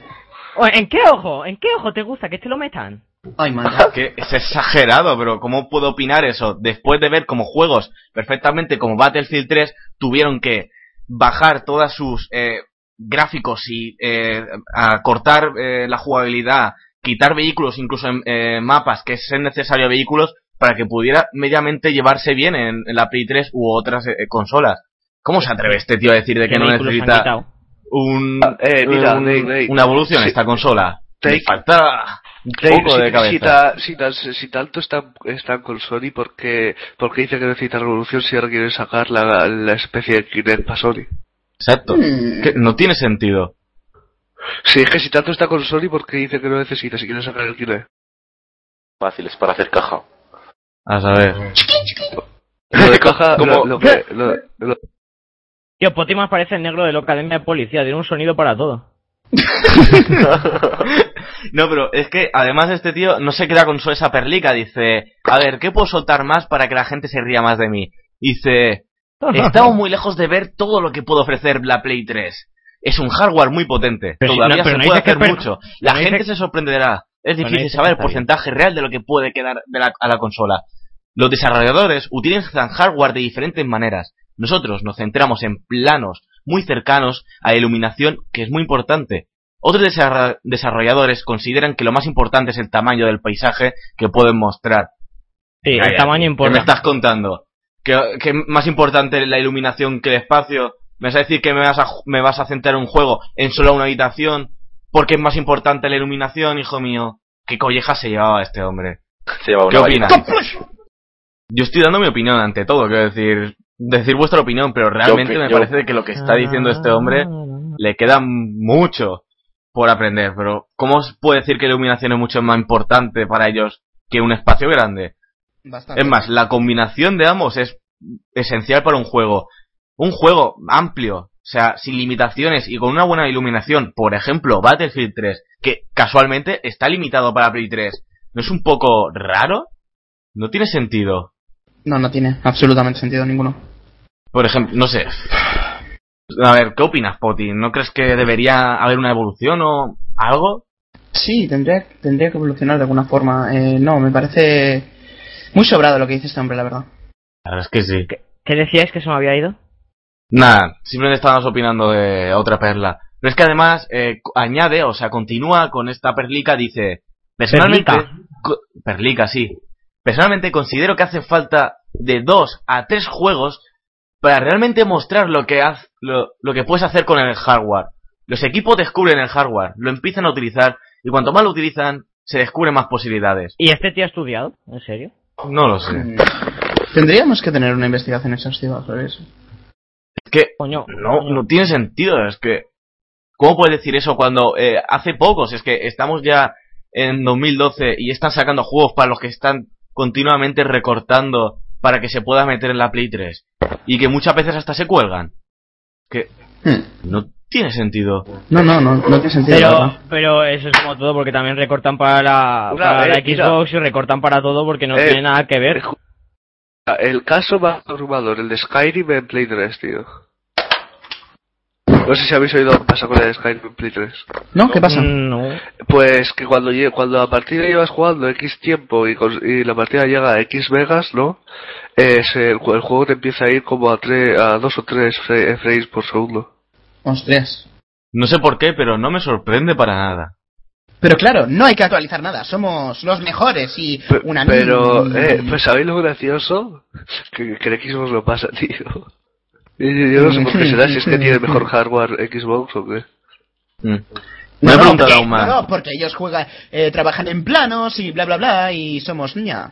E: O- ¿En qué ojo? ¿En qué ojo te gusta que te lo metan?
G: Ay, madre.
D: Que es exagerado, pero ¿cómo puedo opinar eso? Después de ver como juegos perfectamente como Battlefield 3 tuvieron que bajar todas sus eh, gráficos y eh, a cortar eh, la jugabilidad, quitar vehículos, incluso en eh, mapas que sean necesario vehículos para que pudiera mediamente llevarse bien en, en la Play 3 u otras eh, consolas. ¿Cómo se atreve este tío a decir de que
E: ¿Qué
D: no
E: vehículos han
D: necesita
E: quitado?
D: un,
F: Eh, mira,
D: un-
F: Nate, Nate.
D: una evolución
F: Sí.
D: esta consola? Le
F: Take-
D: falta un poco
F: si,
D: de
F: Si,
D: cabeza.
F: ta- si tan- si tanto están, están con Sony, ¿por qué, por qué dice que necesita revolución si ahora quieren sacar la, la especie de Kinect para Sony?
D: Exacto.
G: Mm.
D: Que no tiene sentido.
F: Si es que si tanto está con Sony, ¿por qué dice que no necesita si quieren sacar el Kinect?
B: Fácil, es para hacer caja.
D: A saber. <laughs>
B: <laughs>
F: Lo de caja,
B: Como-
F: lo, lo que, lo- lo-
E: Tío, Poti más parece el negro de la academia de policía. Tiene un sonido para todo.
D: No, pero es que además este tío no se queda con su esa perlica. Dice, a ver, ¿qué puedo soltar más para que la gente se ría más de mí? Dice, estamos muy lejos de ver todo lo que puede ofrecer la Play 3. Es un hardware muy potente.
E: Pero si-
D: Todavía
E: no, pero
D: se
E: no
D: puede
E: dice que
D: hacer
E: es per-
D: mucho. La
E: no dice
D: gente
E: que-
D: se sorprenderá. Es
E: Bueno,
D: difícil
E: dice que
D: saber el
E: está bien.
D: porcentaje real de lo que puede quedar de la- a la consola. Los desarrolladores utilizan hardware de diferentes maneras. Nosotros nos centramos en planos muy cercanos a la iluminación, que es muy importante. Otros desarra- desarrolladores consideran que lo más importante es el tamaño del paisaje que pueden mostrar.
E: Sí,
D: Calla,
E: el tamaño
D: ¿Qué me
E: importa.
D: estás contando? ¿Que, que más importante es la iluminación que el espacio? ¿Me vas a decir que me vas a, ju- me vas a centrar un juego en solo una habitación? Porque es más importante la iluminación, hijo mío. ¿Qué colleja se llevaba este hombre?
B: Se llevaba
D: ¿Qué
B: una
D: opinas?
B: ballena.
D: Yo estoy dando mi opinión ante todo, quiero decir, decir vuestra opinión, pero realmente
B: opi-
D: me
B: yo-
D: parece que lo que está diciendo este hombre le queda mucho por aprender, pero ¿cómo os puede decir que la iluminación es mucho más importante para ellos que un espacio grande?
G: <laughs> Bastante.
D: Es más, la combinación de ambos es esencial para un juego. Un juego amplio, o sea, sin limitaciones y con una buena iluminación. Por ejemplo, Battlefield 3, que casualmente está limitado para Play 3. ¿No es un poco raro? No tiene sentido.
G: No, no tiene absolutamente sentido ninguno.
D: Por ejemplo, no sé. A ver, ¿qué opinas, Poti? ¿No crees que debería haber una evolución o algo?
G: Sí, tendría, tendría que evolucionar de alguna forma. Eh, no, me parece muy sobrado lo que dice este hombre, la verdad.
D: La verdad es que sí.
E: ¿Qué decíais que se me había ido?
D: Nada, simplemente estábamos opinando de otra perla. Pero es que además eh, co- añade, o sea, continúa con esta perlica, dice... Personalmente,
E: Perlica.
D: co- perlica, sí. Personalmente considero que hace falta de dos a tres juegos para realmente mostrar lo que, haz, lo, lo que puedes hacer con el hardware. Los equipos descubren el hardware, lo empiezan a utilizar y cuanto más lo utilizan, se descubren más posibilidades.
E: ¿Y este tío ha estudiado? ¿En serio?
D: No lo sé.
G: Mm. Tendríamos que tener una investigación exhaustiva sobre eso.
D: Es que
E: Coño.
D: No,
E: coño.
D: no tiene sentido, es que... ¿Cómo puedes decir eso cuando eh, hace pocos? Es que estamos ya en 2012 y están sacando juegos para los que están continuamente recortando para que se pueda meter en la Play 3. Y que muchas veces hasta se cuelgan.
G: Hmm.
D: No tiene sentido.
G: No, no, no, no tiene sentido. la
E: Pero,
G: verdad.
E: pero eso es como todo, porque también recortan para la,
F: Una
E: para la
F: vez, mira.
E: Xbox y recortan para todo porque no
F: Eh,
E: tiene nada que ver.
F: ju- Ah, El caso más abrumador, el de Skyrim en Play 3, tío. No sé si habéis oído lo que pasa con el Skyrim en Play 3.
G: ¿No? ¿Qué pasa?
E: Mm, No.
F: Pues que cuando, lle- cuando la partida llevas jugando X tiempo y, cons- y la partida llega a X megas, ¿no? Eh, se- el, ju- el juego te empieza a ir como a, tre- a 2 o 3 frames por segundo.
G: Ostras.
D: No sé por qué, pero no me sorprende para nada.
G: Pero claro, no hay que actualizar nada. Somos los mejores y
F: Pe-
G: una
F: pero,
G: mil-
F: eh, pues ¿sabéis lo gracioso? <laughs> Que, que en Xbox lo pasa, tío. Y Yo, yo no sé por qué será, si es que tiene mejor hardware Xbox o qué.
D: Mm.
G: No,
D: Me he
G: no,
D: preguntado
G: porque-
D: aún más.
G: No, no, porque ellos juegan, eh, trabajan en planos y bla, bla, bla, y somos ña.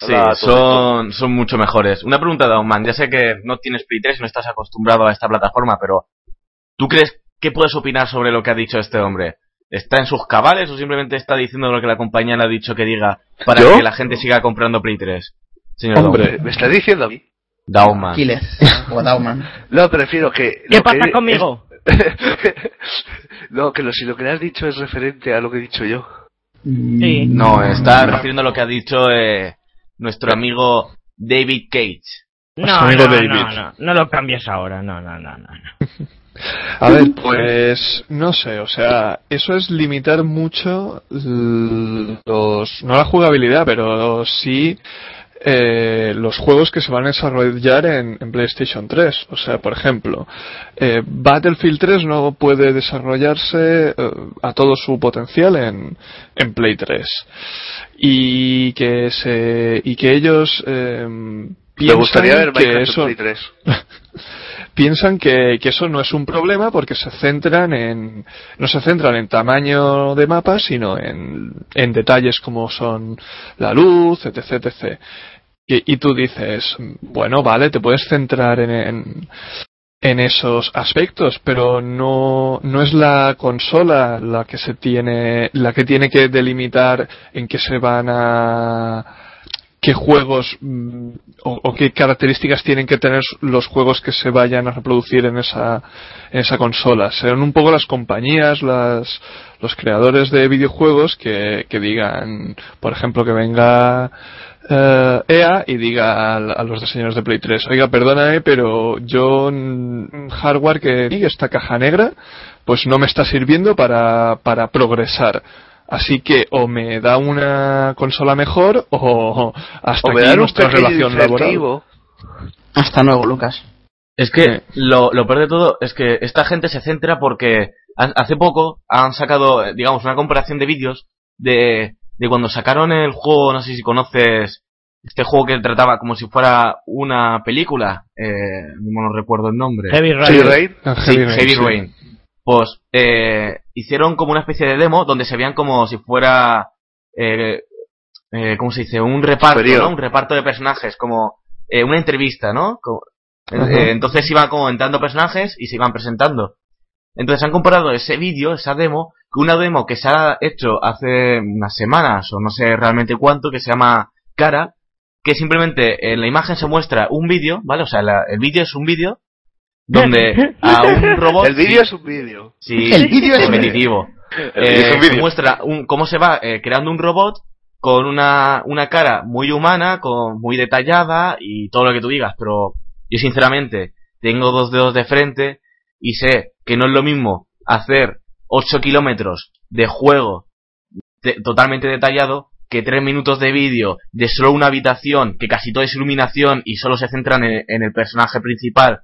D: Sí,
B: Hola,
D: son, son mucho mejores. Una pregunta, Dauman. Ya sé que no tienes Play 3 y no estás acostumbrado a esta plataforma, pero ¿tú crees que puedes opinar sobre lo que ha dicho este hombre? ¿Está en sus cabales o simplemente está diciendo lo que la compañía le ha dicho que diga para
F: ¿Yo?
D: que la gente siga comprando Play 3? Señor
C: Hombre.
F: Eh, ¿Me está diciendo a mí?
D: Dauman. <laughs>
G: Aquiles o Dauman.
F: No, prefiero que...
E: ¿Qué
F: lo que-
E: pasa conmigo?
F: <laughs> no, que lo, si lo que le has dicho es referente a lo que he dicho yo.
E: Sí.
D: No, está refiriendo lo que ha dicho eh, nuestro amigo David Cage.
E: No,
C: amigo
E: no, no,
C: David.
E: no, no, lo cambies ahora, no, no, no, no. no.
C: A ver, pues no sé, o sea, eso es limitar mucho l- los, no la jugabilidad, pero sí eh, los juegos que se van a desarrollar en, en PlayStation 3. O sea, por ejemplo, eh, Battlefield 3 no puede desarrollarse eh, a todo su potencial en, en Play 3 y que se y que ellos em,
F: Me
C: piensan
F: gustaría ver
C: que
F: Minecraft
C: eso-
F: en Play 3.
C: piensan que, que eso no es un problema porque se centran en no se centran en tamaño de mapa sino en, en detalles como son la luz etc etc y, y tú dices bueno vale te puedes centrar en, en en esos aspectos, pero no, no es la consola la que se tiene, la que tiene que delimitar en qué se van a, qué juegos mm, o, o qué características tienen que tener los juegos que se vayan a reproducir en esa, en esa consola. Serán un poco las compañías, las, los creadores de videojuegos que, que digan, por ejemplo, que venga eh, EA y diga al- a, los diseñadores de Play 3, oiga, perdóname, pero yo mm, hardware que y esta caja negra, pues no me está sirviendo para, para progresar. Así que o me da una consola mejor o hasta
F: O me
C: aquí
F: dan un
C: nuestra
F: pequeño
C: relación laboral.
F: incentivo.
G: Hasta luego, Lucas.
D: Es que lo, lo peor de todo es que esta gente se centra porque ha- hace poco han sacado, eh, digamos, una comparación de vídeos de, de cuando sacaron el juego, no sé si conoces este juego que trataba como si fuera una película, eh, no recuerdo el nombre.
E: Heavy Rain.
F: Sí, Raid.
C: Ah,
D: Sí, Heavy,
C: Rain, <laughs> sí.
D: Rain. Pues eh, hicieron como una especie de demo donde se veían como si fuera, eh, eh, ¿cómo se dice? Un reparto,
F: Periodo.
D: ¿no? Un reparto de personajes, como eh, una entrevista, ¿no? Co- eh,
C: Ajá.
D: eh, entonces iban comentando personajes y se iban presentando. Entonces han comparado ese vídeo, esa demo, con una demo que se ha hecho hace unas semanas o no sé realmente cuánto, que se llama Cara, que simplemente en la imagen se muestra un vídeo, ¿vale? O sea, la- el vídeo es un vídeo
G: <laughs>
D: donde a un robot...
F: El vídeo es un vídeo.
D: Sí,
G: El vídeo es-
D: repetitivo.
B: Es
D: Eh,
B: un vídeo.
D: se muestra un- cómo se va eh, creando un robot con una, una cara muy humana, con, muy detallada y todo lo que tú digas, pero yo sinceramente tengo dos dedos de frente y sé que no es lo mismo hacer 8 kilómetros de juego te- totalmente detallado que 3 minutos de vídeo de solo una habitación que casi todo es iluminación y solo se centran en- en el personaje principal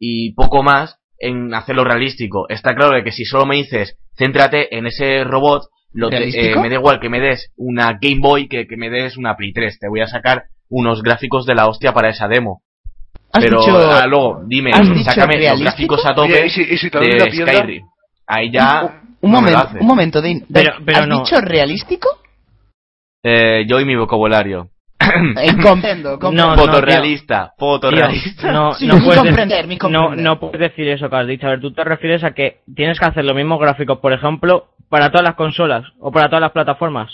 D: y poco más en hacerlo realístico. Está claro de que si solo me dices, céntrate en ese robot, lo que- eh,
G: ¿Realístico?
D: me da igual que me des una Game Boy que, que me des una Play 3. Te voy a sacar unos gráficos de la hostia para esa demo.
G: Has
D: Pero
G: dicho-
D: ah, luego, dime,
G: has dicho
D: sácame los
G: realístico?
D: gráficos a
F: Oye,
D: tope
F: y si, y si también la
D: de
F: pierda,
D: Skyrim. Ahí ya.
G: Un- Un,
D: ah, no me lo
G: momento,
D: haces.
G: un momento, Dean.
E: Pero-
G: Dean,
E: pero
G: ¿Has
E: no.
G: dicho realístico?
D: <laughs> eh, yo y mi vocabulario.
G: Eh, comprendo, comprendo.
E: No,
D: fotorrealista, fotorrealista.
E: Tío,
G: <laughs>
E: no,
G: Sí,
E: no
G: mi
E: puedes
G: comprender, mi
E: decir, no,
G: comprender.
E: no puedes decir eso que has dicho. A ver, tú te refieres a que tienes que hacer los mismos gráficos, por ejemplo, para todas las consolas o para todas las plataformas.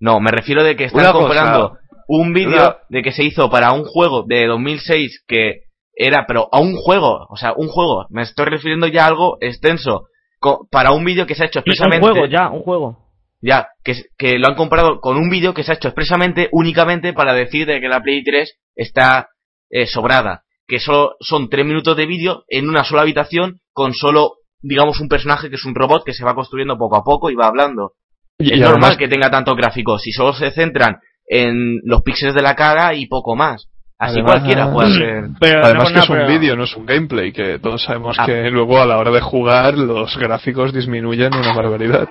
D: No, me refiero de que están
F: Una cosa.
D: comparando un vídeo
F: Una-
D: de que se hizo para un juego de 2006 que era, pero a un juego, o sea, un juego. Me estoy refiriendo ya a algo extenso. co- para un vídeo que se ha hecho
E: Sí, un
D: expresamente.
E: juego, ya, un juego.
D: Ya, que, s- que lo han comparado con un vídeo que se ha hecho expresamente, únicamente para decir de que la Play 3 está eh, sobrada. Que solo son tres minutos de vídeo en una sola habitación con solo, digamos, un personaje que es un robot que se va construyendo poco a poco y va hablando.
C: Y-
D: Es
C: y
D: normal
C: además-
D: que tenga tantos gráficos si solo se centran en los píxeles de la cara y poco más. Así
C: Además-
D: cualquiera puede hacer.
E: Pero
C: Además
E: no,
C: que
E: no,
C: es un
E: pero-
C: vídeo, no es un gameplay, que todos sabemos
D: Ah.
C: que luego a la hora de jugar los gráficos disminuyen una barbaridad.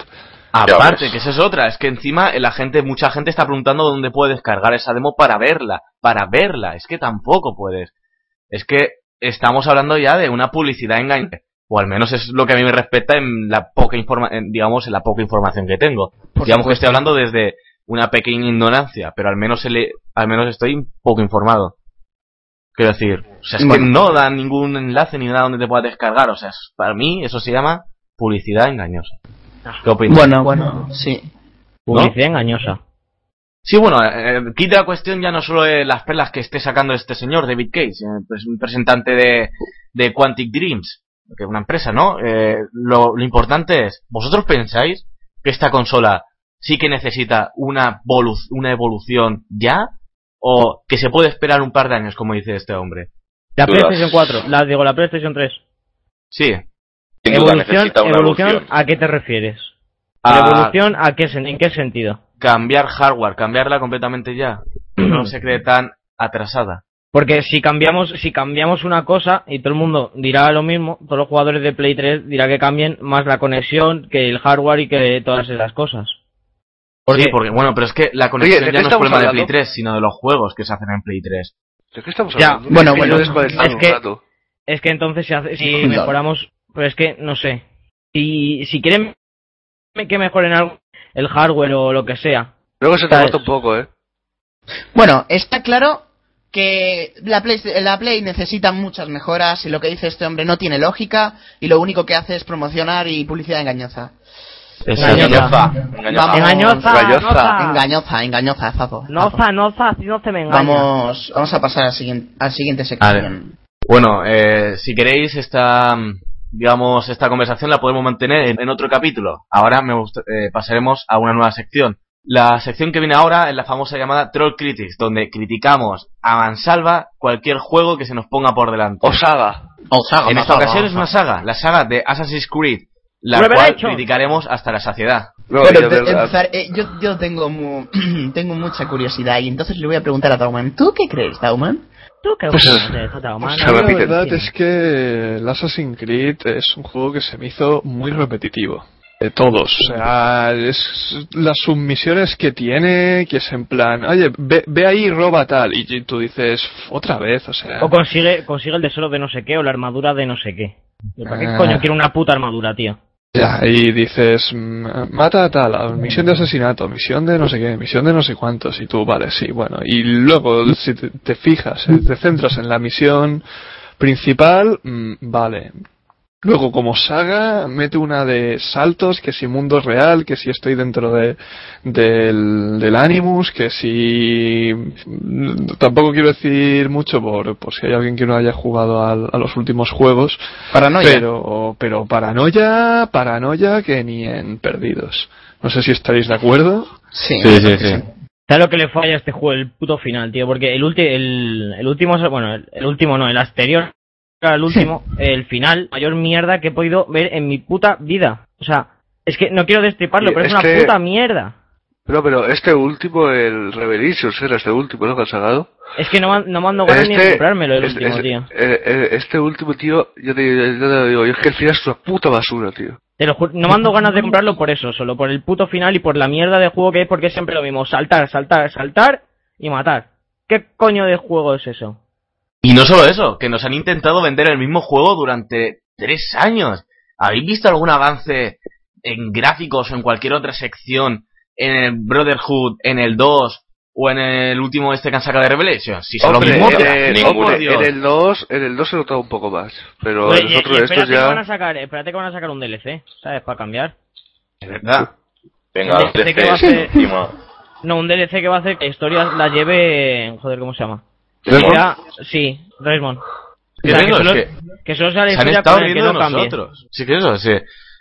D: Aparte,
B: ves.
D: que esa es otra, es que encima la gente, mucha gente está preguntando dónde puedes descargar esa demo para verla, para verla, es que tampoco puedes. Es que estamos hablando ya de una publicidad engañosa, o al menos es lo que a mí me respecta en la poca informa en, digamos, en la poca información que tengo.
G: Por
D: digamos que
G: supuesto.
D: estoy hablando desde una pequeña ignorancia, pero al menos se le- al menos estoy un poco informado. Quiero decir, o sea, es que
F: Bueno.
D: no dan ningún enlace ni nada donde te puedas descargar, o sea, es- para mí eso se llama publicidad engañosa. ¿Qué opinas?
G: Bueno, bueno, sí.
E: Publicidad engañosa.
D: Sí, bueno, eh, quita la cuestión ya no solo de las perlas que esté sacando este señor, David Case, eh, pues un representante de, de Quantic Dreams, que es una empresa, ¿no? Eh, lo, lo importante es, ¿vosotros pensáis que esta consola sí que necesita una, volu- una evolución ya? ¿O que se puede esperar un par de años, como dice este hombre?
E: La
B: Dudas.
E: PlayStation 4, la digo, la PlayStation 3.
D: Sí.
B: Sin duda
E: Evolución,
B: necesita una
E: evolución,
B: evolución.
E: ¿a qué te refieres?
D: A
E: ¿Evolución a qué, sen- en qué sentido?
D: cambiar hardware, cambiarla completamente ya. No se cree tan atrasada.
E: Porque si cambiamos, si cambiamos una cosa y todo el mundo dirá lo mismo, todos los jugadores de Play 3 dirá que cambien más la conexión que el hardware y que todas esas cosas.
D: sí, porque bueno, pero es que la conexión
F: Eh, ¿de qué
D: ya no es
F: estamos
D: problema de Play
F: hablando?
D: 3, sino de los juegos que se hacen en Play 3.
F: ¿De qué estamos
E: Ya,
F: hablando?
G: bueno,
F: Es que
G: bueno,
F: yo desconectado
E: es
F: un
E: que-
F: rato.
E: Es que entonces si, hace- si
G: No.
E: mejoramos, pero es que no sé. Si, si quieren que mejoren algo, el hardware o lo que sea.
F: Luego se te
E: ¿Sabes?
F: corta un poco, ¿eh?
G: Bueno, está claro que la Play, la Play necesita muchas mejoras y lo que dice este hombre no tiene lógica y lo único que hace es promocionar y publicidad engañosa.
B: Engañosa. Engañosa.
G: Vamos.
E: Engañosa, noza.
G: Engañoza, engañoza, zapo. zapo.
E: Noza, noza, si no se me engaña.
G: Vamos, vamos a pasar al siguiente, al siguiente sección.
D: Bueno, eh, si queréis esta, mm, digamos, esta conversación la podemos mantener en, en otro capítulo. Ahora me gust- eh, pasaremos a una nueva sección. La sección que viene ahora es la famosa llamada Troll Critics, donde criticamos a mansalva cualquier juego que se nos ponga por delante.
F: Oh, Osaga.
D: en esta ocasión es una saga, la saga de Assassin's Creed, la cual
E: Revelation.
D: criticaremos hasta la saciedad.
F: No,
G: Bueno,
F: ya
G: empe-
F: verdad.
G: empezar- eh, yo, <clears throat> yo tengo, mu- tengo mucha curiosidad y entonces le voy a preguntar a Dauman, ¿tú qué crees, Dauman?
E: ¿Tú qué
F: Pues-
E: opinas de Total Humana?
F: Se
C: la
F: repiten.
C: verdad es que el Assassin's Creed es un juego que se me hizo muy repetitivo. De todos. O sea, es- las submisiones que tiene, que es en plan, oye, ve, ve ahí y roba tal. Y y tú dices, otra vez, o sea.
E: O consigue, consigue el tesoro de no sé qué o la armadura de no sé qué. ¿Para qué
C: Ah.
E: coño quiero una puta armadura, tío?
C: Ya, y dices, mm, mata a tal, a- misión de asesinato, misión de no sé qué, misión de no sé cuántos, y tú, vale, sí, bueno. Y luego, si te, te fijas, eh, te centras en la misión principal, mm, vale. Luego, como saga, mete una de saltos, que si mundo real, que si estoy dentro de, del, del Animus, que si... mm, Tampoco quiero decir mucho por, por si hay alguien que no haya jugado al- a los últimos juegos,
G: Paranoia.
C: pero, pero paranoia, paranoia que ni en perdidos. No sé si estaréis de acuerdo.
G: Sí,
D: Sí, sí,
G: creo que
D: sí.
E: ¿Sabes lo que le falla a este juego? El puto final, tío. Porque el, ulti el, el último, bueno, el, el último no, el anterior al último, el final, mayor mierda que he podido ver en mi puta vida. O sea, es que no quiero destriparlo,
F: Y
E: pero es
F: es
E: una
F: que-
E: puta mierda.
F: No, pero este último, el Revelations, era este último, ¿no? Que han sacado.
E: Es que no, man- no mando ganas ni de comprármelo el
F: este-
E: último,
F: este-
E: tío.
F: eh, eh, este último, tío, yo te, yo te lo digo, yo es que el final es una puta basura, tío.
E: Te lo juro, no mando ganas de comprarlo por eso, solo por el puto final y por la mierda de juego que es, porque es siempre lo mismo, saltar, saltar, saltar y matar. ¿Qué coño de juego es eso?
D: Y no solo eso, que nos han intentado vender el mismo juego durante tres años. ¿Habéis visto algún avance en gráficos o en cualquier otra sección en el Brotherhood, en el 2 o en el último este que han sacado de Revelation? Si son
F: Hombre,
D: lo mismo,
F: en el-
D: ninguno,
F: hombre,
D: Dios.
F: en el 2, en el 2 se notaba un poco más. Pero
E: Oye,
F: en
E: y- y
F: los otros,
E: espérate,
F: estos
E: que van a
F: ya.
E: sacar, eh, espérate que van a sacar un DLC, ¿sabes? Para cambiar.
D: De verdad.
B: Venga,
E: ¿De-
B: antes
E: de qué va a
D: <laughs>
B: que-
E: ser?
B: encima.
E: No, un DLC que va a hacer que la historia la lleve... Joder, ¿cómo se llama?
B: Desmond.
E: Era- sí, Raymond.
D: Yo digo, es que-
E: que solo sea la
D: se han
E: historia
D: estado
E: con el que
D: riendo
E: no
D: de
E: cambie.
D: nosotros. Sí que eso, sí.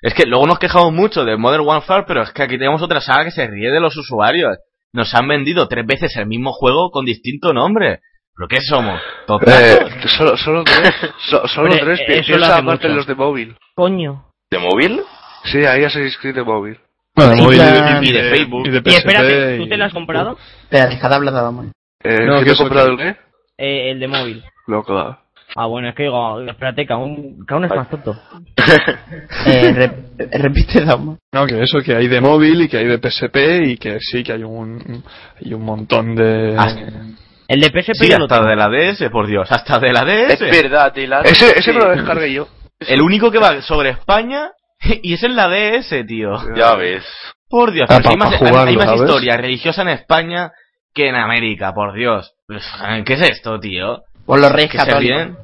D: Es que luego nos quejamos mucho de Modern Warfare, pero es que aquí tenemos otra saga que se ríe de los usuarios. Nos han vendido tres veces el mismo juego con distinto nombre. ¿Pero qué somos?
F: Eh,
D: Total.
F: solo, solo tres, so- solo
E: Hombre,
F: tres,
E: eh,
F: pi-
E: eso lo
F: piensa
E: hace
F: aparte
E: mucho.
F: en los de móvil.
E: Coño.
B: ¿De móvil?
F: Sí, ahí Assassin's Creed de móvil.
G: Y
C: móvil
G: la-
D: y de Facebook.
C: Y de
E: Y espérate,
C: PSP
E: ¿tú
C: y-
E: te lo has comprado?
G: Espera, dejad hablar a Damon.
F: Eh,
C: No,
F: ¿quién
C: que
F: ha
C: eso
F: comprado el
C: que-
F: qué?
E: Eh, el de móvil.
F: No, claro.
E: Ah, bueno, es que digo, espérate, que aún, que aún es más tonto.
D: <laughs>
G: Eh, rep- repite Damon.
C: No, que eso, que hay de móvil y que hay de PSP y que sí, que hay un, hay un montón de...
D: Ah,
E: El de PSP
D: Sí,
E: ya lo
D: hasta de la DS, por Dios, hasta de la
H: Es
D: DS.
H: verdad, de la-
F: Ese, ese
H: sí.
F: me lo descargué yo.
D: El único que va sobre España y es en la DS, tío.
B: Ya ves.
D: Por Dios,
C: Ah,
D: pero si
C: pa-
D: hay más,
C: pa
D: hay- hay
C: jugarlo,
D: más
C: ¿sabes?
D: historia religiosa en España que en América, por Dios. Pues, ¿Qué es esto, tío?
G: Por los reyes
D: Que se
G: católicos.
D: ríen.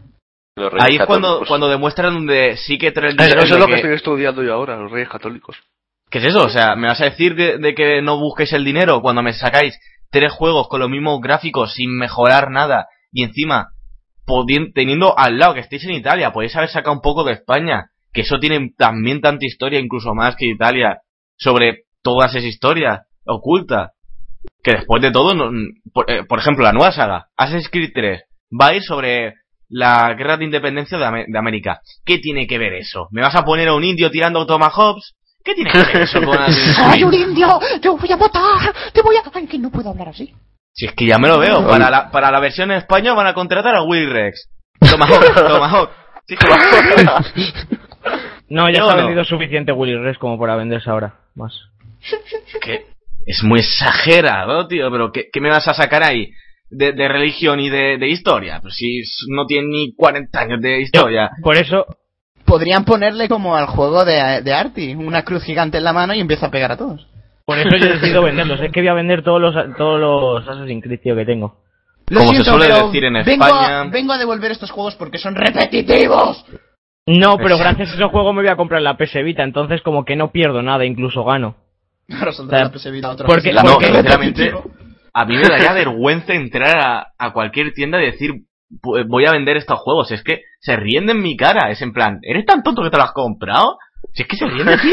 B: Los reyes
D: Ahí es cuando,
B: católicos. <laughs>
D: cuando demuestran donde sí que trae el
F: Eso
D: dinero.
F: es
D: y
F: lo
D: lo
F: que
D: que-
F: estoy estudiando yo ahora, los reyes católicos.
D: ¿Qué es eso? O sea, ¿me vas a decir que- de que no busquéis el dinero cuando me sacáis tres juegos con los mismos gráficos sin mejorar nada? Y encima, podien- teniendo al lado que estéis en Italia, podéis haber sacado un poco de España, que eso tiene también tanta historia, incluso más que Italia, sobre todas esas historias ocultas. Que después de todo, no- por, eh, por ejemplo, la nueva saga, Assassin's Creed 3, va a ir sobre la guerra de independencia de, Ame- de América. ¿Qué tiene que ver eso? ¿Me vas a poner a un indio tirando tomahawks? ¿Qué tiene que ver eso con Assassin's Creed?
I: ¡Ay, un indio! ¡Te voy a matar! ¡Te voy a... ¡Ay, que no puedo hablar así!
D: Si es que ya me lo veo. Para la, para la versión en España van a contratar a Will Rex. Tomahawk, Tomahawk. Sí, Tomahawk.
E: No, ya
D: Yo
E: se ha
D: no.
E: vendido suficiente Willy Rex como para venderse ahora. Más.
D: Que es muy exagerado, tío. Pero ¿qué, qué me vas a sacar ahí? De, de religión y de, de historia. Pues si s- no tiene ni 40 años de historia.
E: Por eso,
G: Podrían ponerle como al juego de, de Arti, una cruz gigante en la mano y empieza a pegar a todos.
E: por eso yo decido venderlos. Es que voy a vender todos los, todos los Assassin's Creed, tío, que tengo.
G: Lo
D: Como se
G: siento,
D: suele
G: pero
D: decir en
G: vengo
D: España.
G: A, vengo a devolver estos juegos porque son repetitivos.
E: No, pero gracias a esos juegos me voy a comprar la PS Vita, entonces como que no pierdo nada, incluso gano.
G: Ahora saldrá la
E: Claro.
G: PS Vita otra
E: Porque-
G: vez.
D: No,
E: porque-
D: sinceramente, a mí me
E: <laughs>
D: daría vergüenza entrar a, a cualquier tienda y decir, "Pu- eh, voy a vender estos juegos. Es que se ríen de mi cara. Es en plan, ¿eres tan tonto que te lo has comprado? Si es que se ríen de
E: <laughs>
D: ti.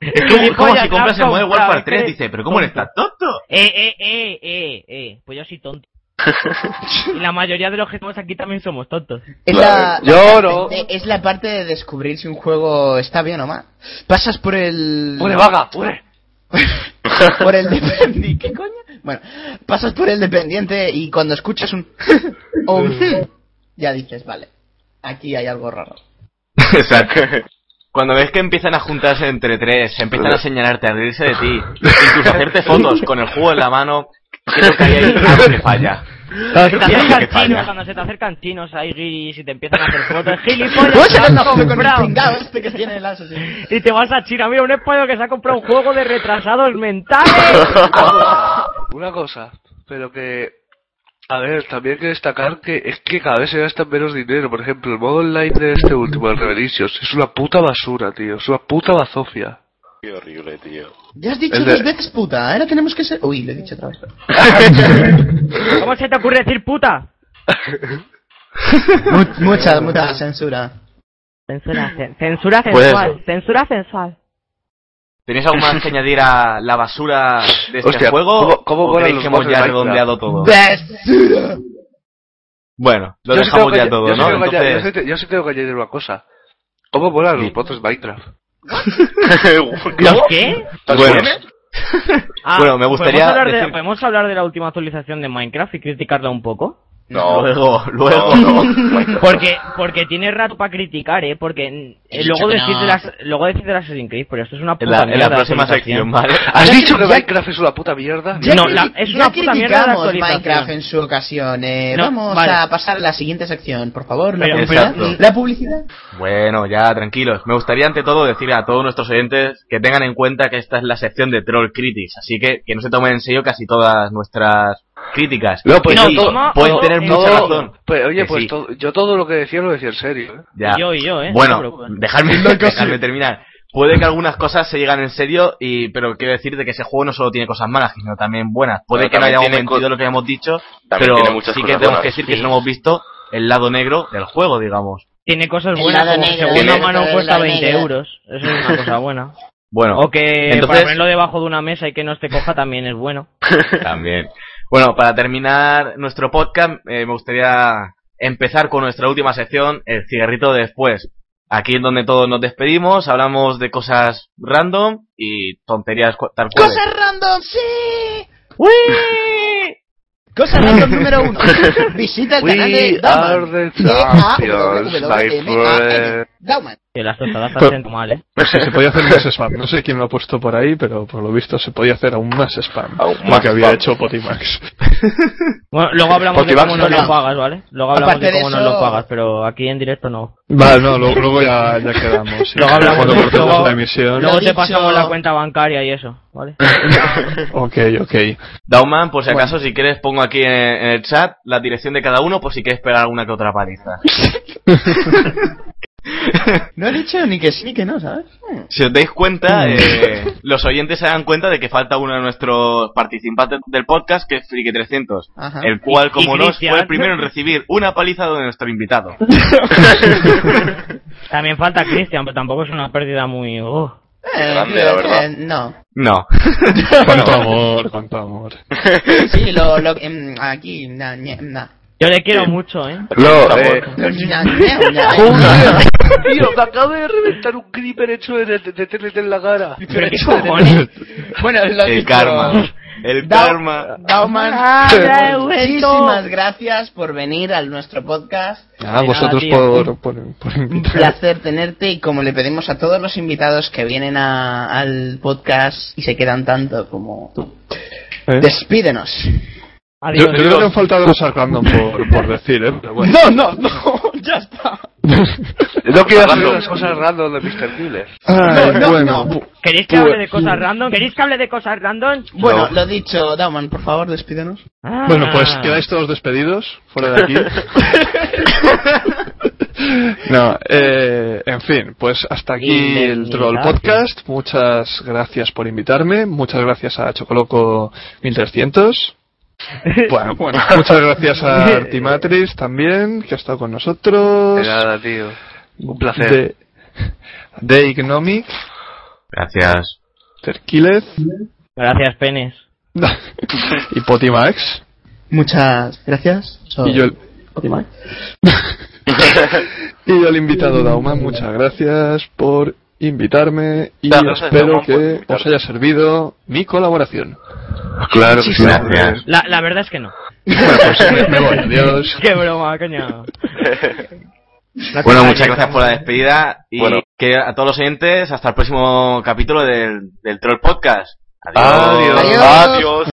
D: Es como,
E: Gilipollas,
D: como
E: te
D: si
E: has
D: compras el Modern
E: comprado,
D: Warfare
E: es
D: 3
E: que-
D: dice, pero ¿cómo eres tan tonto?
E: Eh, eh, eh, eh, eh, pues yo soy tonto. y la mayoría de los que estamos aquí también somos tontos.
G: Es la,
F: Yo no.
G: de- es la parte de descubrir si un juego está bien o mal. Pasas por el.
F: ¡Pure vaga! ¡Pure!
G: <laughs> por el dependiente. ¿Qué coño? Bueno, pasas por el dependiente y cuando escuchas un. <laughs> o
F: Mm.
G: un ya dices, vale, aquí hay algo raro.
D: Exacto. Cuando ves que empiezan a juntarse entre tres, empiezan a señalarte, a reírse de ti, incluso a hacerte fotos con el juego en la mano, creo que ahí
E: <laughs>
D: hay algo que falla.
E: Se te
D: Pienso
E: acercan
D: que
E: chinos,
D: falla.
E: cuando se te acercan chinos ahí guiris y te empiezan a hacer fotos, gilipollas,
G: ¿Cómo
E: te
G: se
E: has
G: nota con el
E: comprado?
G: pringao este que tiene el aso? sí?
E: Y te vas a China, mira, un español que se ha comprado un juego de retrasados
A: <laughs>
E: mentales. <laughs>
F: Una cosa, pero que. A ver, también hay que destacar que es que cada vez se gastan menos dinero. Por ejemplo, el modo online de este último, el Revelicios, es una puta basura, tío. Es una puta bazofia.
B: Qué horrible, tío.
G: Ya has dicho
F: El de-
G: dos veces puta, ahora tenemos que ser. Uy, lo he dicho otra vez.
E: ¿Cómo se te ocurre decir puta?
G: Mu- mucha, mucha censura.
E: Censura, cen- censura
B: Pues
E: sensual, censura sensual.
D: ¿Tenéis algo más que añadir a la basura de este
F: Hostia,
D: juego?
F: ¿cómo- cómo
D: ¿O
F: molan
D: creéis
F: los
D: que hemos
F: bots
D: ya
F: de
D: redondeado todo?
G: ¡Basura!
D: Bueno, lo
F: Yo sí
D: dejamos
F: tengo que
D: ya
F: añ-
D: todo,
F: yo sí
D: ¿no?
F: tengo que añadir- yo sí
D: Entonces,
F: te- Yo sí tengo que añadir una cosa. ¿Cómo molan
D: Sí.
F: los votos Minecraft?
E: ¿Los qué?
D: <laughs> bueno,
E: Ah,
D: Bueno, me gustaría
E: ¿podemos hablar, de,
D: decir-
E: ¿Podemos hablar de la última actualización de Minecraft y criticarla un poco?
D: <laughs>
B: No,
D: luego, luego.
F: <laughs>
B: no, no.
E: Porque, porque tiene rato para criticar, ¿eh? Porque eh,
G: He
E: luego,
G: dicho que
E: decís
G: no.
E: de las, luego decís de las Assassin's Creed, pero esto es una puta
D: En la, en
E: mierda
D: la
E: de
D: próxima sección,
E: actualización.
D: ¿vale?
F: ¿Has
G: Ya
F: dicho que
G: criti- ya-
F: Minecraft es una puta mierda?
E: Ya- No, la-
G: criti-
E: es una
G: ya
E: puta mierda la
G: criticamos
E: actualización.
G: Minecraft en su ocasión. eh,
E: No,
G: Vamos
E: vale.
G: a pasar a la siguiente sección, por favor. La
E: Pero-
G: publicidad.
D: Exacto.
G: La publicidad.
D: Bueno, ya tranquilos. Me gustaría ante todo decir a todos nuestros oyentes que tengan en cuenta que esta es la sección de Troll Critics, así que que no se tomen en serio casi todas nuestras críticas.
F: No, pues
D: Que
F: yo
D: sí,
E: todo-
D: pueden
E: todo-
D: tener
E: todo-
D: mucha
E: todo-
D: razón.
F: Pues, oye,
D: Que
F: pues
D: sí.
F: todo- yo todo lo que decía lo decía en serio. ¿eh?
D: Ya.
E: Yo y yo, ¿eh? No te
D: Bueno,
E: preocupes.
D: dejadme, <laughs> dejadme terminar. Puede que algunas cosas se llegan en serio, y, pero quiero decirte que ese juego no solo tiene cosas malas, sino también buenas. Puede
B: Pero
D: que no
B: también
D: hayamos
B: tiene
D: mentido
B: co-
D: lo que hemos dicho,
B: También
D: pero
B: tiene muchas
D: sí que
B: cosas
D: tenemos
B: buenas.
D: que decir que
E: Sí.
D: no hemos visto el lado negro del juego, digamos.
E: Tiene cosas
G: El
E: buenas,
G: lado
E: como
G: negro,
E: que
B: el
E: segunda
B: lado
E: mano
G: negro,
E: cuesta
G: el lado
E: 20
G: negro.
E: euros. Eso es
D: <laughs>
E: una cosa buena.
D: Bueno,
E: O que
D: Entonces-
E: para ponerlo debajo de una mesa y que no esté coja también es bueno.
D: También. Bueno, para terminar nuestro podcast, eh, me gustaría empezar con nuestra última sección, el cigarrito de después. Aquí es donde todos nos despedimos, hablamos de cosas random y tonterías cu- tal cual.
G: ¡Cosas random! ¡Sí! Cosa random número uno. Visita Pues el ah, canal de Dauman.
F: We are the champions, my
G: D-A-W-W-M-A-N.
F: friend.
G: Dauman.
E: Que las tostadas hacen mal, ¿eh?
C: Pues sí, se podía hacer más spam. No sé quién lo ha puesto por ahí, pero por lo visto se podía hacer aún más spam.
B: Aún
C: lo
B: más
C: que había
B: spam.
C: hecho Potimax.
E: Bueno, luego hablamos de
B: Porque vas
E: cómo no lo
G: sobrado.
E: pagas, ¿vale? Luego hablamos
G: Aparte
E: de
G: de
E: cómo no
G: eso-
E: lo pagas, pero aquí en directo no.
C: Vale, no, luego, luego ya, ya quedamos. sí.
E: Luego hablamos,
C: Cuando
E: ¿no?
C: cortemos
E: Luego-
C: la emisión.
E: Luego te
G: dicho.
E: pasamos la cuenta bancaria y eso,
G: <laughs>
E: ¿vale?
C: Ok, ok.
D: Dauman, por si
G: Bueno.
D: acaso, si quieres, pongo aquí en, en el chat la dirección de cada uno por si quieres pegar alguna que otra paliza.
G: <laughs> No he dicho ni que sí ni que no, ¿sabes?
D: Si os dais cuenta,
G: Mm.
D: eh, los oyentes se dan cuenta de que falta uno de nuestros participantes del podcast, que es Friki300.
G: Ajá.
D: El cual,
E: Y-
D: como
E: y
D: no,
E: Cristian.
D: fue el primero en recibir una paliza de nuestro invitado.
E: También falta Cristian, pero tampoco es una pérdida muy... uh.
G: Eh,
B: grande, la verdad.
G: eh, no. <laughs>
D: No.
C: Cuánto
D: <laughs>
C: amor, cuánto amor.
G: Sí, lo... lo em, aquí... Na, ñe, na.
E: Yo le quiero
B: Sí.
E: mucho, ¿eh?
B: No,
F: eh,
G: Na, ñe, na.
F: Tío, me acabo de reventar un creeper hecho de, de, de TNT en la cara.
E: ¿Pero qué cojones?
G: Bueno, lo
D: El
G: dicho.
D: karma. El
G: Dau-
D: karma.
G: Dauman,
E: <laughs> Ah, ya he vuelto.
G: muchísimas gracias por venir a nuestro podcast.
C: Ah,
E: nada,
C: vosotros
E: tío.
C: por, por, por
G: Un
C: invitar.
G: placer tenerte y como le pedimos a todos los invitados que vienen a- al podcast y se quedan tanto como tú,
C: ¿eh?
G: despídenos.
C: Yo,
E: Adiós.
C: yo creo que han faltado los random por, por decir, ¿eh? Pero bueno.
G: <laughs> No, no, no, <laughs> ya está.
F: No quiero hacer
B: Hablando.
F: las cosas random de Mr. Killer.
C: Ay,
G: no,
C: bueno.
G: no.
E: ¿Queréis que hable de cosas random? ¿Queréis que hable de cosas
G: <laughs>
E: random?
G: Bueno, lo dicho, Dauman, por favor, despídenos.
E: Ah.
C: Bueno, pues quedáis todos despedidos, fuera de aquí. No, eh, en fin, pues hasta aquí el
E: Indemnización.
C: Troll Podcast. Muchas gracias por invitarme. Muchas gracias a Chocoloco 1300. Bueno, bueno, muchas gracias a Artimatris también, que ha estado con nosotros.
F: De nada, tío. Un placer.
C: De, de Ignomic,
D: Gracias.
C: Terquilez
E: Gracias, penes.
C: <laughs> y Potimax.
G: Muchas gracias. Soy
C: Y yo, el-
G: Optimal.
C: y yo el invitado Dauman, muchas gracias por invitarme y
B: Claro, gracias,
C: espero
B: Ramón, por
C: que
B: invitarme.
C: os haya servido mi colaboración.
F: Claro que sí.
D: Gracias.
E: La, la verdad es
G: <laughs>
E: que no.
C: Bueno, pues me- me voy, adiós.
E: Qué broma, coño.
D: Bueno, muchas gracias por la despedida y
B: Bueno.
D: que a todos los oyentes hasta el próximo capítulo del, del Troll Podcast.
B: Adiós.
G: Adiós.
B: Adiós.